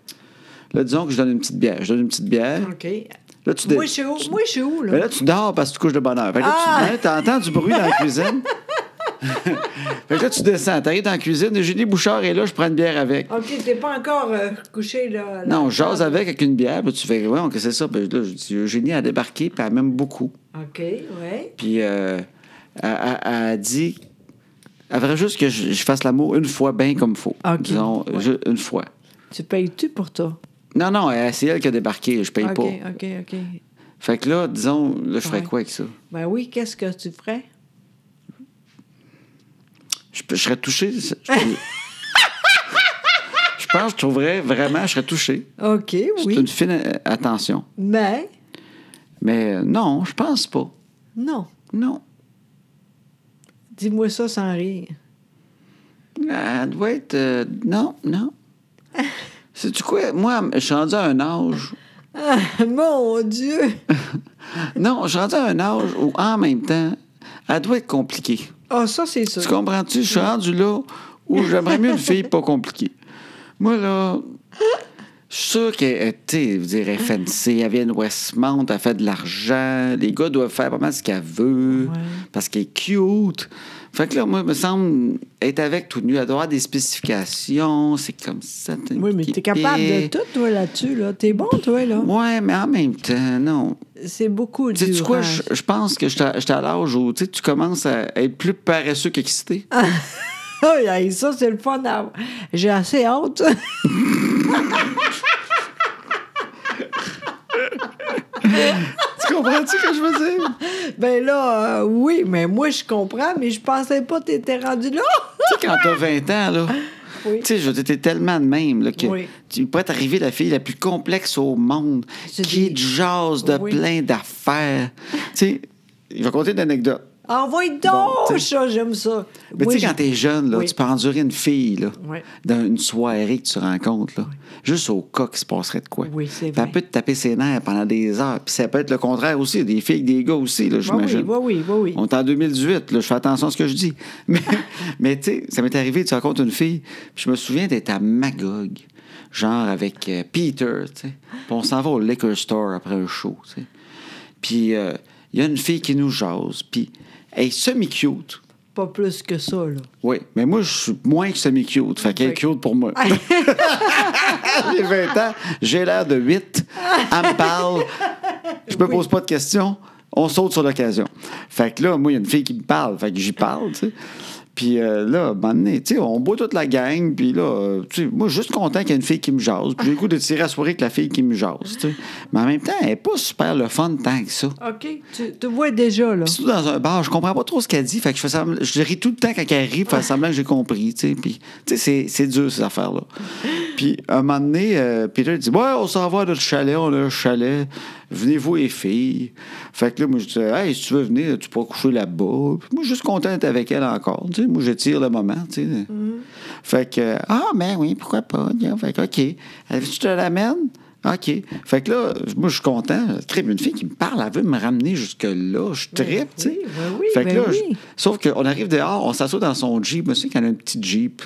S1: Là, disons que je donne une petite bière. Je donne une petite bière.
S2: OK.
S1: Là, tu dé-
S2: Moi, je suis où?
S1: tu- Ben,
S2: Moi, je suis où, là?
S1: mais là, tu dors parce que tu couches de bonne heure. Fait que là,
S2: Ah!
S1: tu entends du bruit dans la cuisine. fait que là, tu descends, t'arrives dans la cuisine, et Julie Bouchard est là, je prends une bière avec.
S2: OK, t'es pas encore euh, couché, là. là.
S1: Non, j'ose avec avec une bière, puis tu fais, ouais, que c'est ça. Puis là, je dis, Eugénie a débarqué, puis elle m'aime beaucoup.
S2: OK, ouais.
S1: Puis euh, elle, elle- elle a dit, elle voudrait juste que je, je fasse l'amour une fois bien comme faut.
S2: OK.
S1: Disons,
S2: Ouais.
S1: ju- une fois.
S2: Tu payes-tu pour toi?
S1: Non, non, elle- c'est elle qui a débarqué, je paye
S2: OK,
S1: pas.
S2: OK, OK.
S1: Fait que là, disons, là, je ferais
S2: Ouais.
S1: quoi avec ça?
S2: Ben oui, qu'est-ce que tu ferais?
S1: Je, peux- je serais touché. Je, je pense que je trouverais vraiment, je serais touché.
S2: OK,
S1: C'est
S2: oui.
S1: une fine euh, attention.
S2: Mais
S1: Mais euh, non, je pense pas.
S2: non.
S1: Non.
S2: Dis-moi ça sans rire.
S1: Euh, Elle doit être. euh, non, non. Sais-tu quoi? Moi, je suis rendu à un âge.
S2: Ah, mon Dieu!
S1: Non, je suis rendu à un âge où, en même temps, elle doit être compliquée.
S2: Ah, ça, c'est sûr.
S1: Tu comprends-tu? Je suis rendu là où j'aimerais mieux une fille pas compliquée. Moi, là, je suis sûr qu'elle est, tu sais, je veux dire, elle est fancy, elle vient de Westmount, elle fait de l'argent. Les gars doivent faire pas mal ce qu'elle veut
S2: Ouais.
S1: parce qu'elle est cute. Fait que là, moi, il me semble être avec tout nu, elle doit avoir des spécifications, c'est comme ça. t'as une
S2: Oui, mais t'es
S1: petite
S2: capable de
S1: épée.
S2: tout, toi, là-dessus, là. T'es bon, toi, là.
S1: Ouais, mais en même temps, non.
S2: C'est beaucoup hein.
S1: Tu sais
S2: du
S1: quoi, je, je pense que j'étais à j'étais à l'âge où tu sais, tu commences à être plus paresseux qu'excité.
S2: Ah. ça, c'est le fun. à- J'ai assez honte.
S1: tu comprends-tu ce que je veux dire?
S2: ben là, euh, oui, mais moi, je comprends, mais je pensais pas que t'étais rendu là.
S1: Tu sais, quand t'as 20 ans, là.
S2: Oui.
S1: Tu sais, je veux dire, t'es tellement de même là, que
S2: Oui.
S1: tu pourrais t'arriver la fille la plus complexe au monde,
S2: C'est
S1: qui
S2: des-
S1: te jase de
S2: Oui.
S1: plein d'affaires. tu sais, je vais conter une anecdote.
S2: Envoie Ah, donc
S1: Bon, t'sais.
S2: ça, j'aime ça.
S1: Mais
S2: Oui,
S1: tu sais, quand
S2: j'ai-
S1: t'es jeune, là,
S2: Oui.
S1: tu peux endurer une fille là,
S2: Oui.
S1: dans une soirée que tu rencontres, là, juste au cas qu'il se passerait de quoi.
S2: Oui, c'est
S1: Puis
S2: vrai.
S1: Elle peut te taper ses nerfs pendant des heures. Puis ça peut être le contraire aussi, des filles, des gars aussi, là, j'imagine.
S2: Ah oui, oui, oui, oui.
S1: On est en 2018, là, je fais attention à ce que je dis. Mais, mais tu sais, ça m'est arrivé, tu rencontres une fille, puis je me souviens d'être à Magog, genre avec euh, Peter, tu sais. Puis on s'en va au liquor store après un show, tu sais. Puis euh, il y a une fille qui nous jase, puis elle est semi-cute.
S2: Pas plus que ça, là.
S1: Oui, mais moi, je suis moins que semi-cute. Fait qu'elle est
S2: Oui.
S1: cute pour moi. j'ai 20 ans, j'ai l'air de 8. Elle me parle. Je me pose pas de questions. On saute sur l'occasion. Fait que là, moi, il y a une fille qui me parle. Fait que j'y parle, tu sais. Puis euh, là, à un moment donné, tu sais, on boit toute la gang. Puis là, euh, tu sais, moi, je suis juste content qu'il y ait une fille qui me jase. Puis j'ai le goût de tirer à soirée avec la fille qui me jase, tu sais. Mais en même temps, elle est pas super le fun tant que ça.
S2: OK, tu te vois déjà, là.
S1: Puis surtout dans un bar, je comprends pas trop ce qu'elle dit. Fait que je fais semblant- je ris tout le temps quand elle rit, faire semblant que j'ai compris. Tu sais, puis, tu sais, c'est, c'est dur, ces affaires-là. Puis, à un moment donné, euh, Peter dit Ouais, on s'en va à notre chalet, on a un chalet. Venez-vous, les filles. Fait que là, moi, je dis Hey, si tu veux venir, tu pourras coucher là-bas. Puis, moi, je suis juste content d'être avec elle encore. Tu sais, moi, je tire le moment. Tu sais. Fait que, euh, ah, ben oui, pourquoi pas? gars. Fait que, OK. Elle veut que je te l'amène? OK. Fait que là, moi, je suis content. Crime, une fille qui me parle, elle veut me ramener jusque-là. Je
S2: Ben
S1: tripe, tu sais.
S2: oui, ben oui,
S1: Fait que
S2: ben
S1: là,
S2: oui.
S1: je- sauf qu'on arrive dehors, on s'assoit dans son Jeep. Monsieur, qu'elle a un petit Jeep.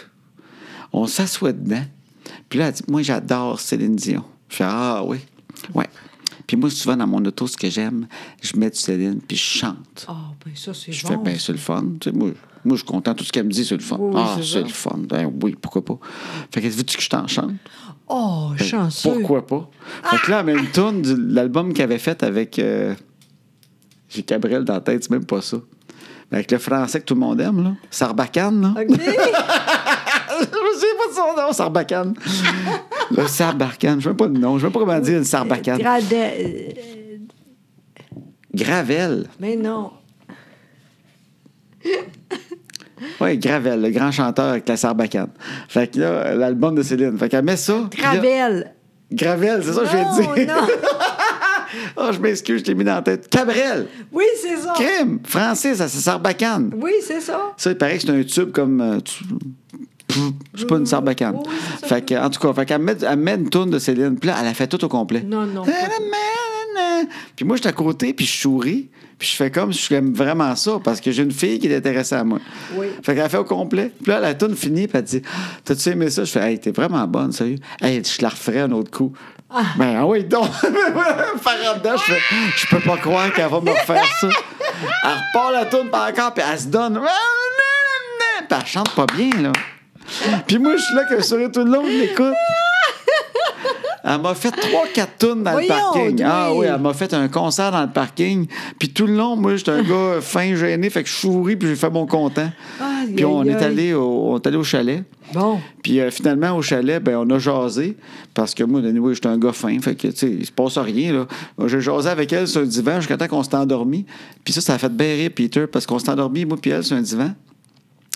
S1: On s'assoit dedans. Puis là, elle dit, moi, j'adore Céline Dion. Je fais, ah oui. Ouais. Puis moi, souvent, dans mon auto, ce que j'aime, je mets du Céline, puis je chante.
S2: Ah, ben ça, c'est
S1: Je
S2: bon.
S1: fais, ben, c'est le fun. Tu sais, moi, moi, je suis content. Tout ce qu'elle me dit, c'est le fun.
S2: Oui, oui,
S1: ah,
S2: c'est ça.
S1: c'est le fun. Ben oui, pourquoi pas. Fait que veux-tu que je t'en chante?
S2: Oh, chanceux.
S1: Euh, Pourquoi pas? Fait
S2: Ah!
S1: que là, elle met une tourne de l'album qu'elle avait fait avec. euh, J'ai Cabrel dans la tête, c'est même pas ça. Mais avec le français que tout le monde aime, là. Sarbacane, là.
S2: OK.
S1: je sais pas de son nom, Sarbacane. le Sarbacane, je sais même pas de nom. Je sais même pas comment dire une Sarbacane.
S2: Gradet- euh,
S1: Gravel.
S2: Mais non.
S1: Oui, Gravel, le grand chanteur avec la sarbacane. Fait que là, l'album de Céline. Fait qu'elle met ça. puis là-
S2: Gravel.
S1: Gravel, c'est ça que je viens de dire.
S2: Non, non.
S1: oh, je m'excuse, je l'ai mis dans la tête. Cabrel.
S2: Oui, c'est ça.
S1: Crime. Francis, ça, c'est sarbacane.
S2: Oui, c'est ça.
S1: Ça, il paraît que c'est un tube comme. euh, tu- Pff, C'est pas une sarbacane.
S2: Oui, oui, c'est ça.
S1: fait que, en tout cas, fait qu'elle met, elle met une tourne de Céline. Puis là, elle a fait tout au complet.
S2: Non, non, pas
S1: Puis moi, j'étais à côté, puis je souris. Puis je fais comme si j'aime vraiment ça, parce que j'ai une fille qui est intéressée à moi.
S2: Oui.
S1: Fait qu'elle fait au complet. Puis là, la tourne finit, puis elle dit T'as-tu aimé ça Je fais Hey, t'es vraiment bonne, sérieux. Hey, je la referais un autre coup. Ben ah oui, donc, par en dedans, je fais Je peux pas croire qu'elle va me refaire ça. Elle repart la tourne, pas encore, puis elle se donne. Puis elle chante pas bien, là. Puis moi, je suis là que sourire tout le long, je l'écoute. Elle m'a fait trois, quatre tunes dans le
S2: Voyons,
S1: parking. Ah
S2: oui.
S1: oui, elle m'a fait un concert dans le parking. Puis tout le long, moi, j'étais un gars fin, gêné. Fait que je souris, puis j'ai fait mon content.
S2: Aïe,
S1: puis on
S2: aïe,
S1: est,
S2: aïe.
S1: allé au, on est allé au chalet.
S2: Bon.
S1: Puis euh, finalement, au chalet, ben, on a jasé. Parce que moi, anyway, j'étais un gars fin. Fait que, tu sais, il se passe rien, là. Moi, J'ai jasé avec elle sur un divan jusqu'à temps qu'on s'est endormi. Puis ça, ça a fait bien rire, Peter, parce qu'on s'est endormi, moi, puis elle, sur un divan.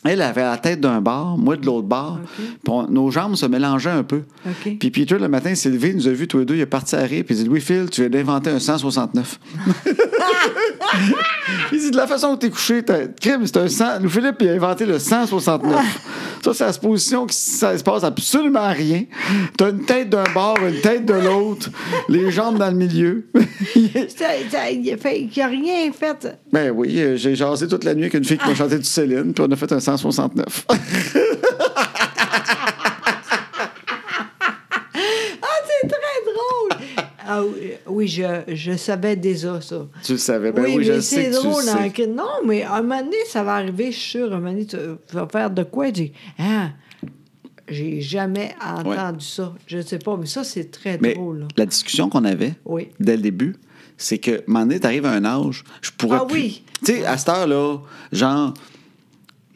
S1: Elle avait la tête d'un bar, moi de l'autre bar. Puis on- nos jambes se mélangeaient un peu.
S2: OK.
S1: Puis Peter, le matin, il s'est levé, il nous a vus tous les deux, il est parti à rire, puis il dit Louis Phil, tu viens d'inventer un 169. il dit De la façon que t'es couché, t'as- crime, c'est un 100. Louis Philippe, il a inventé le 169. ça, c'est la supposition que ça se passe absolument rien. T'as une tête d'un bord, une tête de l'autre, les jambes dans le milieu. Euh.
S2: Ça- ça- Il a fait- il a rien fait.
S1: ben oui, euh, j'ai jasé toute la nuit avec une fille qui m'a chanté du Céline, puis on a fait un 169.
S2: Ah, c'est très drôle. Ah, oui, oui, je, je savais déjà ça.
S1: tu le savais. Ben oui, je
S2: mais
S1: sais
S2: c'est
S1: que tu le
S2: drôle.
S1: sais.
S2: hein, que- Non, mais un moment donné, ça va arriver, je suis sûre. Un moment donné, tu tu vas faire de quoi? Tu dis, ah, j'ai jamais entendu ça. Je sais pas, mais ça, c'est très
S1: Mais
S2: drôle. là.
S1: la discussion qu'on avait
S2: Oui.
S1: dès le début, c'est que, moment donné, t'arrives à un âge, je pourrais
S2: Ah
S1: plus.
S2: oui.
S1: Tu sais, à cette heure-là, genre,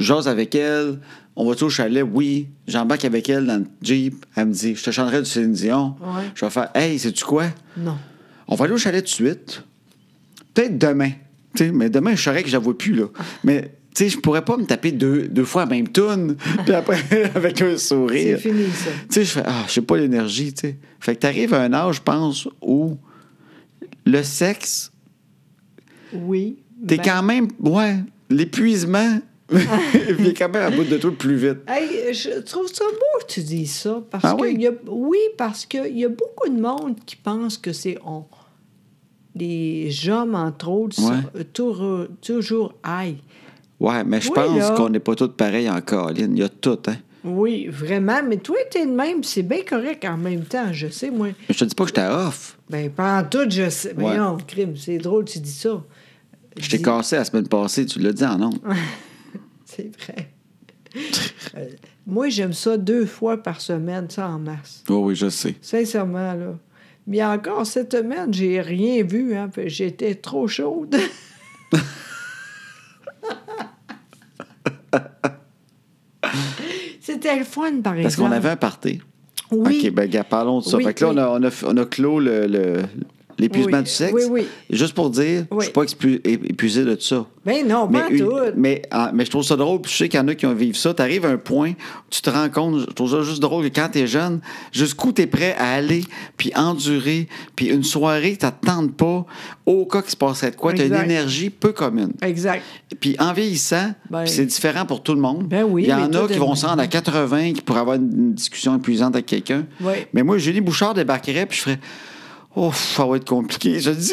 S1: j'ose avec elle, on va-tu au chalet? Oui. J'embarque avec elle dans le Jeep. Elle me dit, je te chanterai du Céline Dion.
S2: Ouais.
S1: Je vais faire, hey, sais-tu quoi?
S2: Non.
S1: On va aller au chalet tout de suite. Peut-être demain. Tu sais, mais demain, je saurais que je la vois plus, là. Mais, tu sais, je pourrais pas me taper deux, deux fois la même toune, puis après, avec un
S2: C'est
S1: sourire.
S2: fini, ça.
S1: Tu sais, je fais, ah, j'ai pas l'énergie, tu sais. Fait que t'arrives à un âge, je pense, où le sexe,
S2: Oui.
S1: t'es
S2: ben-
S1: quand même, ouais, l'épuisement vient quand même à bout de toi plus vite.
S2: Hey, je trouve ça beau que tu dis ça. Parce
S1: Ah
S2: que
S1: oui?
S2: il y a- oui, parce qu'il y a beaucoup de monde qui pense que c'est on. Les hommes, entre autres, sont
S1: Ouais.
S2: toujours, toujours aïe.
S1: Ouais, mais je
S2: Oui,
S1: pense
S2: là.
S1: qu'on n'est pas tous pareils en colline. Il y a tout, hein.
S2: Oui, vraiment. Mais toi, t'es le même. C'est bien correct en même temps. Je sais, moi.
S1: Mais je te dis pas que j'étais off.
S2: Ben, pendant tout, je sais. Mais
S1: Ouais.
S2: non, crime, c'est drôle, tu dis ça.
S1: Je t'ai
S2: Dis-
S1: cassé la semaine passée, tu l'as dit en ondes.
S2: C'est vrai. Euh, moi, j'aime ça deux fois par semaine, ça en masse.
S1: Oh oui, je sais.
S2: Sincèrement, là. Mais encore cette semaine, j'ai rien vu, hein. puis J'étais trop chaude. C'était le fun, par exemple.
S1: Parce qu'on avait un party.
S2: Oui.
S1: OK, ben, gars, parlons de ça.
S2: Oui,
S1: fait que là,
S2: oui.
S1: on, a, on, a, f- on a clos le- le- l'épuisement
S2: Oui,
S1: du sexe.
S2: oui, oui.
S1: Juste pour dire, je
S2: Oui.
S1: suis pas expu- é- épuisé de ça.
S2: Ben non,
S1: mais,
S2: pas
S1: une-
S2: tout.
S1: mais, ah, mais je trouve ça drôle, puis je sais qu'il y en a qui ont vécu ça. Tu arrives à un point, où tu te rends compte, je trouve ça juste drôle que quand tu es jeune, jusqu'où tu es prêt à aller, puis endurer, puis une soirée, tu t'attends pas, au cas qu'il se passerait de quoi, tu as une
S2: Exact.
S1: énergie peu commune.
S2: Exact.
S1: Puis en vieillissant,
S2: Ben-
S1: puis c'est différent pour tout le monde.
S2: Ben oui,
S1: Il y en
S2: mais
S1: a
S2: tout
S1: qui
S2: est-
S1: vont se rendre à 80, qui pourraient avoir une- une discussion épuisante avec quelqu'un.
S2: Oui.
S1: Mais moi, Julie Bouchard débarquerait, puis je ferais Oh, ça va être compliqué. Je dis.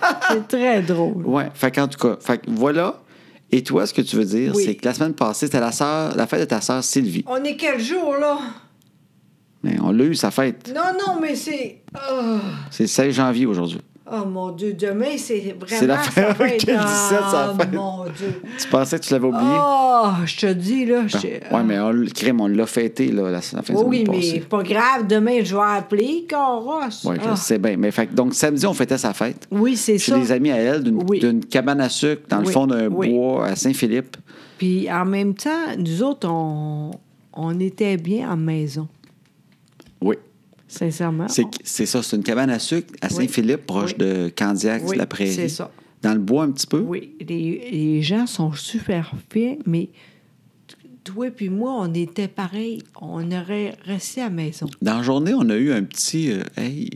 S1: Ah!
S2: C'est très drôle.
S1: Ouais, fait qu'en tout cas, fait que voilà. Et toi, ce que tu veux dire,
S2: Oui.
S1: c'est que la semaine passée, c'était la, sœur- la fête de ta sœur Sylvie.
S2: On est quel jour, là?
S1: Mais on l'a eu, sa fête.
S2: Non, non, mais c'est. Oh,
S1: C'est le 16 janvier aujourd'hui.
S2: oh, mon Dieu, demain, c'est vraiment.
S1: C'est la
S2: ça
S1: fête,
S2: va être-
S1: quel 17, ça
S2: Ah,
S1: va être.
S2: mon Dieu.
S1: Tu pensais que tu l'avais oublié? Ah.
S2: Oh, je te dis, là. je-
S1: ouais, mais on, le crime, on l'a fêté là, la, la fin de
S2: Oui,
S1: semaine
S2: Oh oui, mais
S1: passée.
S2: pas grave, demain, je vais appeler Coros.
S1: Oui, je
S2: Ah.
S1: sais bien. Mais fait, que- donc, samedi, on fêtait sa fête.
S2: Oui, c'est
S1: Chez
S2: ça.
S1: des amis à elle, d'une
S2: Oui.
S1: d'une cabane à sucre dans le
S2: Oui,
S1: fond d'un
S2: oui.
S1: bois à Saint-Philippe.
S2: Puis en même temps, nous autres, on, on était bien en maison,
S1: Oui.
S2: sincèrement.
S1: C'est c'est ça, c'est une cabane à sucre à
S2: Oui.
S1: Saint-Philippe, proche
S2: Oui.
S1: de Candiac,
S2: Oui,
S1: la prairie.
S2: c'est ça.
S1: dans le bois un petit peu.
S2: Oui, les, les gens sont super fiers, mais t- toi puis moi, on était pareil. On aurait resté à la maison.
S1: Dans la journée, on a eu un petit euh, Hey,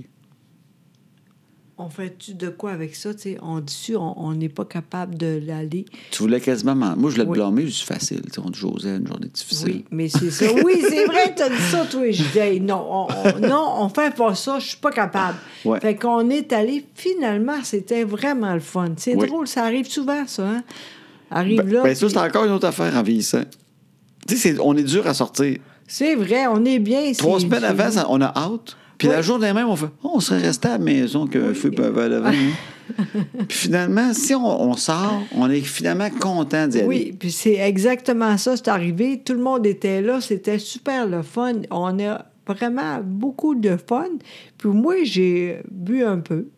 S2: On fait-tu de quoi avec ça? tu sais? On dit sûr, on on n'est pas capable de l'aller.
S1: tu voulais quasiment. m'en- Moi, je l'ai
S2: Oui.
S1: blâmé, je suis facile. Tu sais, on dit José, une journée difficile.
S2: Oui, mais c'est ça. Oui, c'est vrai, t'as dit ça, toi. Je dis, Hey, non, on, on- non, on fait pas ça, je suis pas capable.
S1: Ouais.
S2: Fait qu'on est allé, finalement, c'était vraiment le fun. C'est
S1: Oui.
S2: drôle, ça arrive souvent, ça, hein? Arrive
S1: Ben,
S2: là.
S1: ben, ça,
S2: puis-
S1: c'est encore une autre affaire en vieillissant. Tu sais, c'est- on est dur à sortir.
S2: c'est vrai, on est bien.
S1: Trois
S2: c'est-
S1: semaines avant, ça- on a hâte. Puis
S2: Oui.
S1: la journée même, on fait Oh, on serait resté à la maison qu'un feu peut avoir devant. hein. Puis finalement, si on, on sort, on est finalement content d'y aller.
S2: Oui, puis c'est exactement ça, c'est arrivé. Tout le monde était là, c'était super le fun. On a vraiment beaucoup de fun. Puis moi, j'ai bu un peu.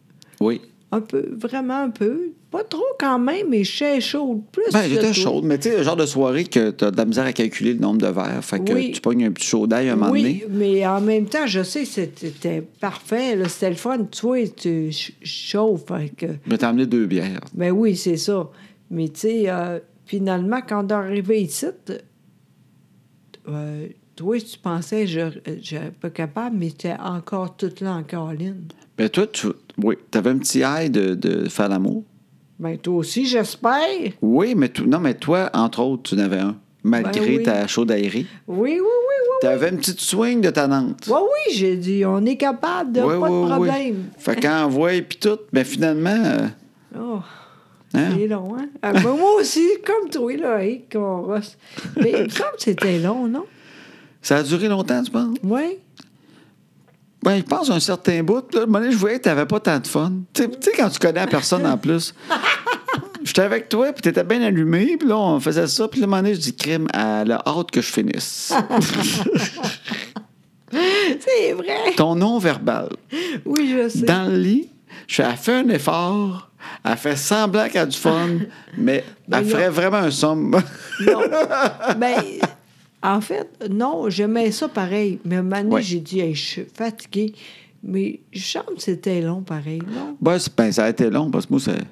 S1: Oui.
S2: Un peu, vraiment un peu. Pas trop quand même, mais j'étais chaude. Plus
S1: Ben,
S2: que
S1: j'étais
S2: toi.
S1: chaude, mais tu sais, le genre de soirée que tu as de la misère à calculer le nombre de verres. Fait que
S2: Oui.
S1: tu pognes un petit chaud d'ail à un moment
S2: Oui,
S1: donné.
S2: mais en même temps, je sais, c'était parfait. là, C'était le fun. Tu vois, tu ch- chauffes. fait que...
S1: Mais t'as amené deux bières.
S2: Ben oui, c'est ça. Mais tu sais, euh, finalement, quand on est arrivé ici, t- euh, toi, tu pensais que je n'étais pas capable, mais tu encore toute là en colline.
S1: Ben, toi, tu oui, avais un petit ail de, de faire l'amour.
S2: Ben toi aussi, j'espère.
S1: Oui, mais tu- non, mais toi, entre autres, tu en avais un, malgré
S2: Ben oui.
S1: ta chaude aérie.
S2: Oui, oui, oui, oui.
S1: Tu avais une petite swing de ta nante.
S2: Oui, oui, j'ai dit, on est capable, de,
S1: Oui, oui,
S2: pas de
S1: oui.
S2: problème.
S1: Fait qu'en voie puis tout, mais finalement, euh,
S2: Oh,
S1: hein,
S2: c'est long, hein? Ah, ben, moi aussi, comme toi, là, hey, qu'on reste. Mais comme c'était long, non?
S1: ça a duré longtemps, tu penses?
S2: Oui.
S1: Ben, je pense un certain bout. Là, à un moment donné, je voyais que t'avais pas tant de fun. Tu sais- tu sais, quand tu connais la personne en plus. J'étais avec toi, puis t'étais bien allumé, puis là, on faisait ça, puis là, à un moment donné, je dis, crime, elle a hâte que je finisse.
S2: C'est vrai.
S1: Ton non-verbal.
S2: Oui, je sais.
S1: Dans le lit, je fais, elle fait un effort, elle fait semblant qu'elle a du fun, mais
S2: Ben
S1: elle
S2: non.
S1: ferait vraiment un somme.
S2: Non. ben, en fait, non, j'aimais ça pareil. Mais un moment donné,
S1: Ouais.
S2: j'ai dit, Hey, je suis fatiguée. Mais je sens que c'était long pareil, non?
S1: ben, c'est- ben, ça a été long, parce que moi, c'est-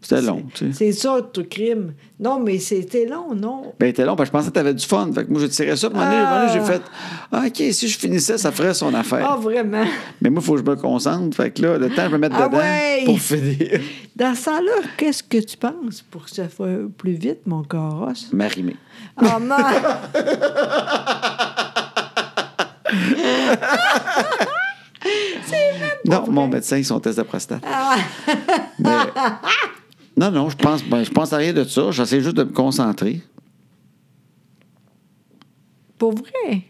S1: c'était long, tu sais.
S2: C'est ça, tout crime. Non, mais c'était long, non?
S1: Ben, t'es long, parce que je pensais que t'avais du fun. Fait que moi, je tirais ça. Puis, à un moment donné, à un moment donné, j'ai fait, OK, si je finissais, ça ferait son affaire.
S2: Ah, vraiment?
S1: Mais moi, il faut que je me concentre. Fait que là, le temps, je me mettre
S2: Ah
S1: dedans
S2: ouais!
S1: pour finir.
S2: Dans ce temps-là, qu'est-ce que tu penses pour que ça fasse plus vite, mon carrosse?
S1: M'arrimer.
S2: Ah, non!
S1: Non, mon médecin, ils sont tests de prostate.
S2: Ah!
S1: Mais- non, non, je pense, ben, je pense à rien de ça. J'essaie juste de me concentrer.
S2: Pour vrai?
S1: Ouais.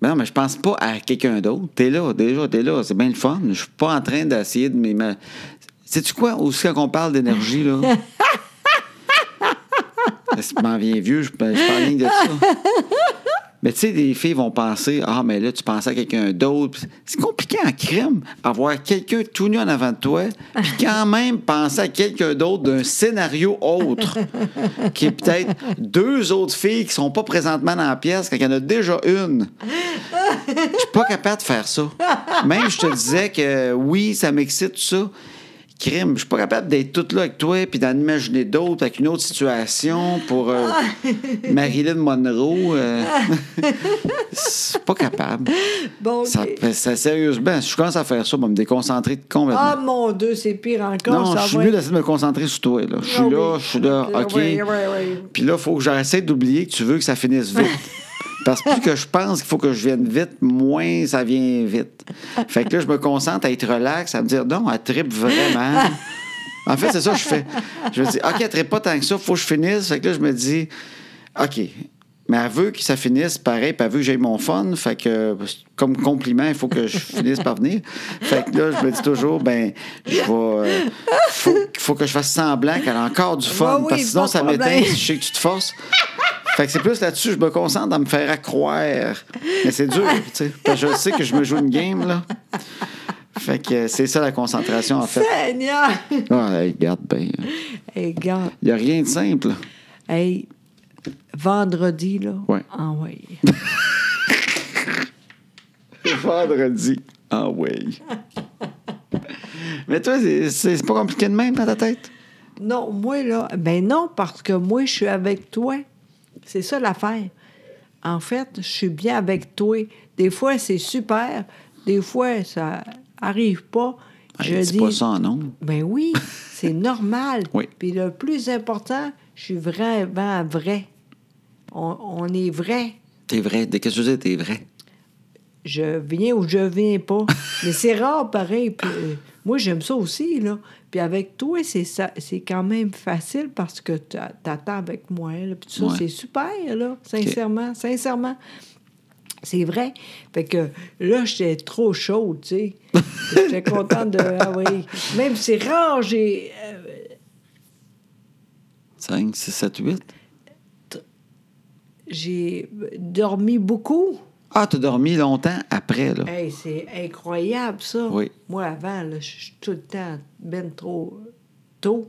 S1: Ben non, mais je pense pas à quelqu'un d'autre. T'es là, déjà, t'es là. C'est bien le fun. Je suis pas en train d'essayer de m'y mettre. Sais-tu quoi? Aussi, quand on parle d'énergie, là. je m'en viens vieux, je, ben, je parle rien que de ça. Mais tu sais, des filles vont penser Ah, mais là, tu pensais à quelqu'un d'autre. Puis C'est compliqué en crime, avoir quelqu'un tout nu en avant de toi, puis quand même penser à quelqu'un d'autre d'un scénario autre, qui est peut-être deux autres filles qui sont pas présentement dans la pièce, quand il y en a déjà une. Je suis pas capable de faire ça. Même je te disais que oui, ça m'excite, tout ça. Crime, je suis pas capable d'être toute là avec toi puis d'en imaginer d'autres avec une autre situation pour euh, Marilyn Monroe. euh, c'est pas capable.
S2: Bon,
S1: Ça,
S2: ok.
S1: ça- sérieusement, si je commence à faire ça, je vais me déconcentrer
S2: Ah,
S1: complètement.
S2: mon Dieu, c'est pire encore.
S1: non,
S2: ça
S1: je suis
S2: va
S1: mieux
S2: être-
S1: d'essayer de me concentrer sur toi. Là. Je suis
S2: Ah
S1: là,
S2: oui.
S1: je suis là,
S2: Ah
S1: OK.
S2: oui, oui, oui.
S1: Puis là, il faut que j'essaie d'oublier que tu veux que ça finisse vite. Parce que plus que je pense qu'il faut que je vienne vite, moins ça vient vite. Fait que là, je me concentre à être relax, à me dire non, elle tripe vraiment. En fait, c'est ça que je fais. Je me dis, OK, elle tripe pas tant que ça, faut que je finisse. Fait que là, je me dis, OK, mais elle veut que ça finisse pareil, puis elle veut que j'ai mon fun. Fait que, comme compliment, il faut que je finisse par venir. Fait que là, je me dis toujours, ben, je vais. euh, faut, faut que je fasse semblant qu'elle a encore du fun,
S2: Ouais, oui,
S1: parce que sinon,
S2: pas de
S1: ça m'éteint
S2: problème.
S1: si je sais que tu te forces. Fait que c'est plus là-dessus, je me concentre à me faire accroire. Mais c'est dur, tu sais. Parce que je sais que je me joue une game, là. Fait que euh, c'est ça la concentration, en fait.
S2: Seigneur!
S1: Ah, hey, regarde, ben,
S2: Hey, gars.
S1: il n'y a rien de simple. là.
S2: Hey, vendredi, là.
S1: Ouais.
S2: Ah ouais.
S1: Vendredi. Ah oui. Mais toi, c'est- c'est c'est pas compliqué de même dans ta tête?
S2: Non, moi, là, ben non, parce que moi, je suis avec toi. C'est ça l'affaire. En fait, je suis bien avec toi. Des fois, c'est super. Des fois, ça arrive pas.
S1: je dis Ah, pas ça non.
S2: Ben oui, c'est normal.
S1: Oui.
S2: Puis le plus important, je suis vraiment vrai. On, on est vrai.
S1: T'es vrai. Dès que tu dis t'es vrai.
S2: Je viens ou je viens pas. Mais c'est rare, pareil. Puis, euh, moi, j'aime ça aussi, là. Puis avec toi, c'est ça, c'est quand même facile parce que t'a- t'attends avec moi. là. Puis ça,
S1: Ouais.
S2: c'est super, là. Sincèrement, sincèrement. C'est vrai. Fait que là, j'étais trop chaude, tu sais. j'étais contente de... Ah oui. Même c'est rare, j'ai... euh,
S1: 5, 6, 7, 8.
S2: j'ai dormi beaucoup.
S1: Ah, t'as dormi longtemps après, là.
S2: Hey, c'est incroyable, ça.
S1: Oui.
S2: Moi, avant, là, je suis tout le temps ben trop tôt.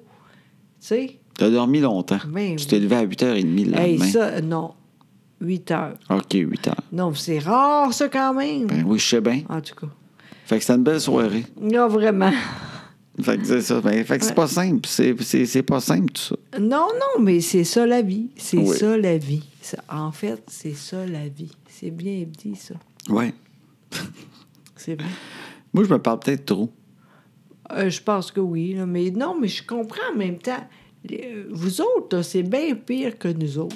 S2: Tu sais?
S1: T'as dormi longtemps.
S2: Ben
S1: tu
S2: oui.
S1: t'es levé à 8h30 le lendemain.
S2: Hey, ça, non. 8 heures.
S1: OK, 8h.
S2: Non, c'est rare, ça, quand même.
S1: Ben oui, je sais bien.
S2: En tout cas.
S1: Fait que c'était une belle soirée.
S2: Non, vraiment.
S1: Fait que c'est ça. Ben, fait que c'est pas simple. C'est, c'est, c'est pas simple, tout ça.
S2: Non, non, mais c'est ça, la vie. C'est
S1: Oui.
S2: ça, la vie. Ça- en fait, c'est ça, la vie. C'est bien dit, ça.
S1: Ouais.
S2: C'est vrai.
S1: Moi, je me parle peut-être trop.
S2: Euh, je pense que oui, là, mais non, mais je comprends en même temps. Les- euh, Vous autres, là, c'est bien pire que nous autres.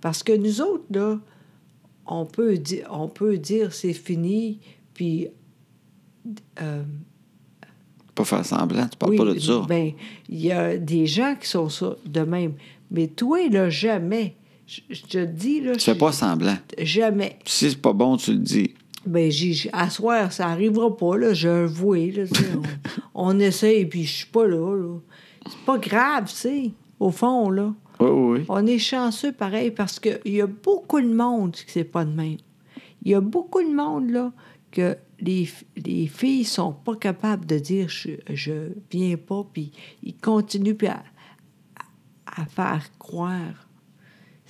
S2: Parce que nous autres, là, on peut, di- on peut dire c'est fini, puis. euh,
S1: Pas faire semblant. Tu parles
S2: oui,
S1: pas de ça.
S2: ben, il y a des gens qui sont ça de même. Mais toi, là, jamais. Je, je te dis, là.
S1: tu fais
S2: je-
S1: pas semblant.
S2: Jamais.
S1: Si c'est pas bon, tu le dis.
S2: Ben, j'ai, j'ai- à soir, ça arrivera pas, là, je le vois, là, tu sais, on, on essaye, puis je suis pas là, là. C'est pas grave, tu sais, au fond, là.
S1: Oui, oui, oui.
S2: On est chanceux, pareil, parce qu'il y a beaucoup de monde qui c'est pas de même. Il y a beaucoup de monde, là, que les, f- les filles sont pas capables de dire je, je viens pas, puis ils continuent puis à, à- à faire croire.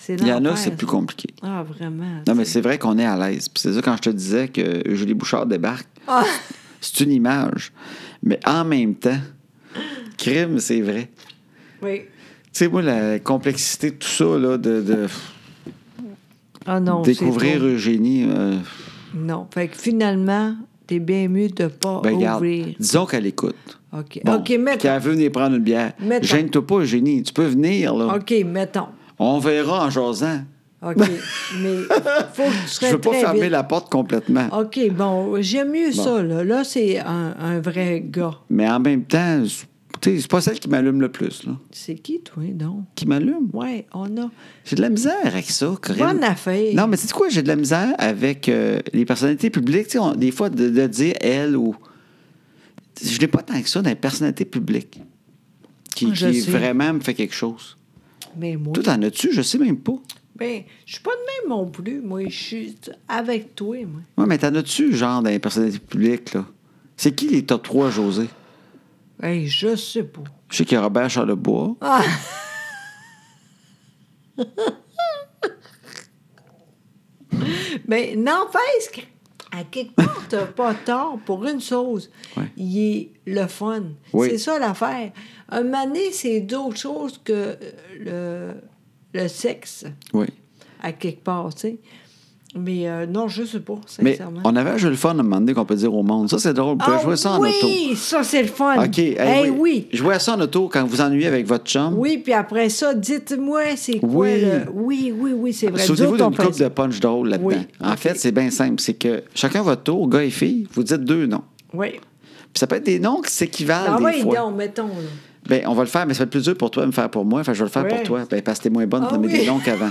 S2: C'est
S1: Il y en a,
S2: l'enfer,
S1: c'est plus
S2: ça.
S1: compliqué.
S2: Ah, vraiment.
S1: Non,
S2: tu
S1: mais
S2: sais.
S1: c'est vrai qu'on est à l'aise. Puis c'est ça, quand je te disais que Julie Bouchard débarque,
S2: Ah!
S1: c'est une image. Mais en même temps, crime, c'est vrai.
S2: Oui.
S1: Tu sais, moi, la complexité de tout ça, là, de, de
S2: Ah non, c'est
S1: découvrir
S2: trop.
S1: Eugénie, euh,
S2: Non. Fait que finalement, t'es bien mieux de pas
S1: ben, regarde,
S2: ouvrir.
S1: disons qu'elle écoute.
S2: OK.
S1: Bon,
S2: OK, mettons.
S1: Qu'elle veut venir prendre une bière.
S2: Mettons.
S1: Gêne-toi pas, Eugénie. Tu peux venir, là.
S2: OK, mettons.
S1: On verra en jasant.
S2: OK. Mais faut que tu
S1: Je
S2: serais
S1: veux pas
S2: très
S1: fermer
S2: vite. Ah.
S1: la porte complètement.
S2: OK, bon, j'aime mieux
S1: Bon.
S2: ça, là. Là, c'est un, un vrai gars.
S1: Mais en même temps, c'est- tu sais, c'est pas celle qui m'allume le plus, là.
S2: C'est qui, toi, donc?
S1: Qui m'allume?
S2: Ouais, on a...
S1: J'ai de la misère avec ça, Corinne.
S2: Bonne affaire.
S1: Non, mais tu sais quoi, j'ai de la misère avec euh, les personnalités publiques. Tu sais, on- des fois, de, de dire elle ou. Je n'ai pas tant que ça dans les personnalités publiques qui,
S2: Ah, je
S1: qui
S2: sais.
S1: vraiment me fait quelque chose.
S2: Mais Ben, moi...
S1: Toi, t'en as-tu? Je sais même pas.
S2: Ben, je suis pas de même non plus. Moi, je suis avec toi, moi.
S1: Oui, mais t'en as-tu, genre, dans les personnalités publiques, là? C'est qui les top 3, José?
S2: Hey, Ben, je sais pas.
S1: Je sais qu'il y a Robert Charlebois.
S2: Ah. Mais n'empêche que, à quelque part, t'as pas tort pour une chose.
S1: Ouais.
S2: Il est le fun.
S1: Oui.
S2: C'est ça l'affaire. Un mané, c'est d'autres choses que euh, le, le sexe,
S1: Oui.
S2: à quelque part, tu sais. Mais euh, non, je sais pas,
S1: Mais
S2: sincèrement.
S1: on avait un jeu le fun à un moment donné qu'on peut dire au monde. Ça, c'est drôle. On peut
S2: Ah
S1: jouer ça
S2: oui,
S1: en auto.
S2: ça, c'est le fun.
S1: OK. hey,
S2: Hey, oui.
S1: Jouer à ça en auto quand vous ennuyez avec votre chum.
S2: Oui, puis après ça, dites-moi, c'est quoi
S1: Oui.
S2: le... Oui, oui, oui, c'est vrai.
S1: Souvenez-vous
S2: Nous autres,
S1: d'une
S2: on fait
S1: coupe
S2: ça.
S1: de punch drôle là-dedans.
S2: Oui,
S1: En
S2: ok.
S1: fait, c'est bien simple. C'est que chacun votre tour, gars et fille, vous dites deux noms.
S2: Oui.
S1: Puis ça peut être des noms qui s'équivalent
S2: Ah
S1: des
S2: oui,
S1: fois.
S2: donc, mettons. là.
S1: Ben, on va le faire, mais ça va être plus dur pour toi de me faire pour moi. Enfin, je vais le faire
S2: Ouais.
S1: pour toi. Ben, parce que t'es moins bonne
S2: Ah
S1: pour nommer
S2: oui.
S1: des noms qu'avant.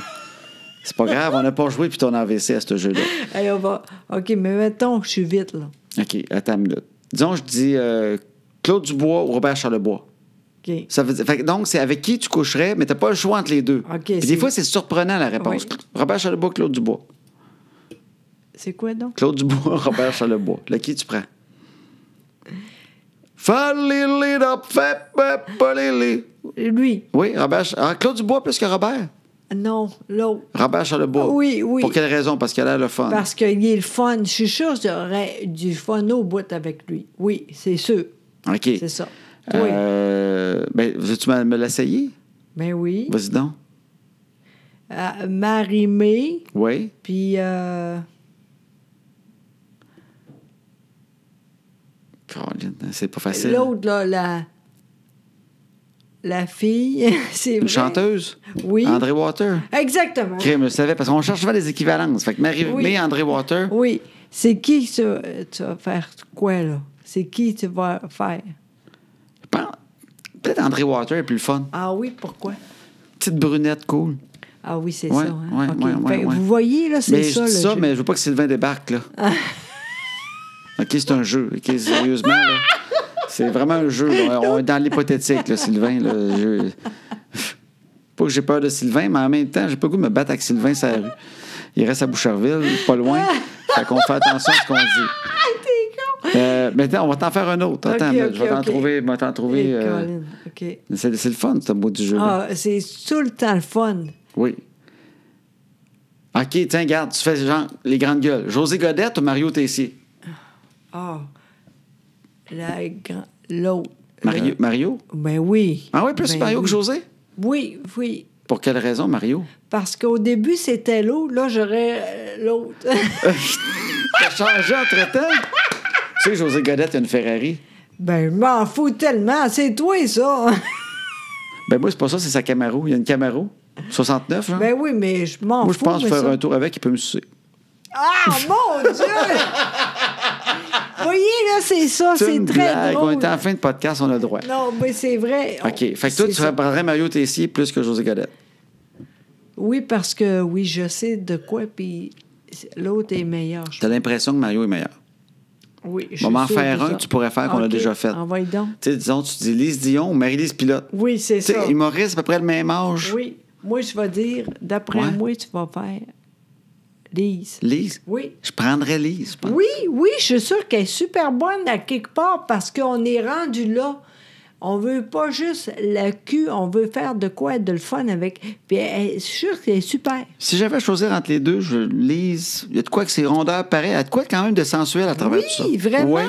S1: C'est pas grave, on n'a pas joué puis t'en as AVC à ce jeu-là.
S2: Hey, on va... OK, mais mettons, je suis vite, là.
S1: OK, attends une minute. Disons, je dis euh, Claude Dubois ou Robert Charlebois.
S2: OK.
S1: Ça veut dire- fait que donc, c'est avec qui tu coucherais, mais t'as pas le choix entre les deux.
S2: OK,
S1: Puis
S2: c'est-
S1: des fois, c'est surprenant la réponse.
S2: Oui.
S1: Robert Charlebois, Claude Dubois.
S2: C'est quoi, donc?
S1: Claude Dubois, Robert Charlebois. Là, qui tu prends? Fallili da fe- pe- polili.
S2: Lui.
S1: Oui, Robert. Ch- Ah, Claude Dubois plus que Robert.
S2: Non, l'autre.
S1: Robert Charlebois.
S2: Oui, oui.
S1: Oh. Pour quelle raison? Parce qu'elle a le fun.
S2: Parce qu'il est le fun. Je suis sûre que j'aurais du fun au bout avec lui. Oui, c'est sûr.
S1: OK.
S2: C'est ça. Oui.
S1: Euh, ben, veux-tu me me l'essayer?
S2: Ben oui.
S1: Vas-y donc.
S2: Ah, Marie-Mé,
S1: Oui.
S2: puis... euh,
S1: Caroline, c'est pas facile.
S2: L'autre, là, la... La fille, c'est
S1: Une
S2: vrai.
S1: chanteuse?
S2: Ben, Oui.
S1: André Water?
S2: Exactement.
S1: Crime, je le savais, parce qu'on cherche souvent des équivalences. Fait que Marie
S2: Oui.
S1: mais André Water,
S2: Oui. C'est qui ça, euh, tu vas faire quoi, là? C'est qui tu vas faire?
S1: je pense- peut-être André Water est plus le fun.
S2: Ah oui, pourquoi?
S1: Petite brunette cool.
S2: Ah oui, c'est
S1: Ouais,
S2: ça. hein?
S1: ouais,
S2: OK.
S1: ouais, ouais,
S2: Fait que
S1: ouais.
S2: Vous voyez, là, Ah. c'est
S1: Mais je
S2: ça.
S1: dis
S2: le
S1: ça,
S2: jeu.
S1: mais je veux pas que Sylvain débarque, là. OK, c'est un jeu. OK, sérieusement, là. C'est vraiment un jeu. là. On est dans l'hypothétique, là, Sylvain. Là. Je- Pas que j'ai peur de Sylvain, mais en même temps, j'ai pas le goût de me battre avec Sylvain sur la rue. Il reste à Boucherville, pas loin. Fait qu'on fait attention à ce qu'on dit.
S2: Ah, t'es con!
S1: Euh, maintenant, on va t'en faire un autre. Attends,
S2: Ok,
S1: là,
S2: ok,
S1: je vais t'en
S2: ok.
S1: trouver. je vais t'en trouver,
S2: Hey,
S1: euh,
S2: Colin, OK.
S1: c'est, c'est le fun, ce mot du jeu.
S2: Ah, c'est tout le temps le fun.
S1: Oui. OK, tiens, regarde, tu fais genre les grandes gueules. José Godette ou Mario Tessier?
S2: Ah, la grand- l'autre.
S1: Mario? Mario?
S2: Euh, Ben oui.
S1: Ah ouais, plus
S2: Ben
S1: Mario
S2: oui.
S1: que José?
S2: Oui, oui.
S1: Pour quelle raison, Mario?
S2: Parce qu'au début, c'était l'autre. Là, j'aurais euh, l'autre.
S1: T'as changé entre-temps? tu sais, José Godette a une Ferrari.
S2: ben, je m'en fous tellement. C'est toi, ça.
S1: Ben moi, c'est pas ça, c'est sa Camaro. Il y a une Camaro. 69, genre.
S2: ben oui, mais je m'en fous.
S1: Hein? moi, je pense
S2: mais
S1: faire
S2: ça-
S1: un tour avec, il peut me sucer.
S2: Ah, mon Dieu! Vous voyez, là, c'est ça. C'est
S1: une
S2: très
S1: blague.
S2: drôle.
S1: On est en fin de podcast, on a le droit.
S2: Non, mais c'est vrai.
S1: OK. Fait que toi,
S2: C'est
S1: tu
S2: ça.
S1: prendrais Mario Tessier plus que José Godette.
S2: Oui, parce que, oui, je sais de quoi, puis l'autre est meilleur. je
S1: T'as l'impression que Mario est meilleur.
S2: Oui, je
S1: On va en
S2: suis sûre
S1: faire
S2: de
S1: un
S2: ça.
S1: que tu pourrais faire qu'on a
S2: Ok,
S1: déjà fait.
S2: Envoie donc.
S1: Tu sais, disons, tu dis Lise Dion ou Marie-Lise Pilote.
S2: Oui, c'est
S1: Tu sais,
S2: ça.
S1: humoriste, à peu près le même âge.
S2: Oui. Moi, je vais dire, d'après
S1: Ouais.
S2: moi, tu vas faire Lise.
S1: Lise?
S2: Oui.
S1: Je prendrais Lise, je pense.
S2: Oui, oui, je suis sûre qu'elle est super bonne à quelque part parce qu'on est rendu là. On veut pas juste la cul, on veut faire de quoi de le fun avec. Puis elle- je suis sûre qu'elle est super.
S1: Si j'avais à choisir entre les deux, je Lise, il y a de quoi que ces rondeurs pareil, il y a de quoi quand même de sensuel à travers
S2: Oui,
S1: tout ça.
S2: vraiment.
S1: Ouais.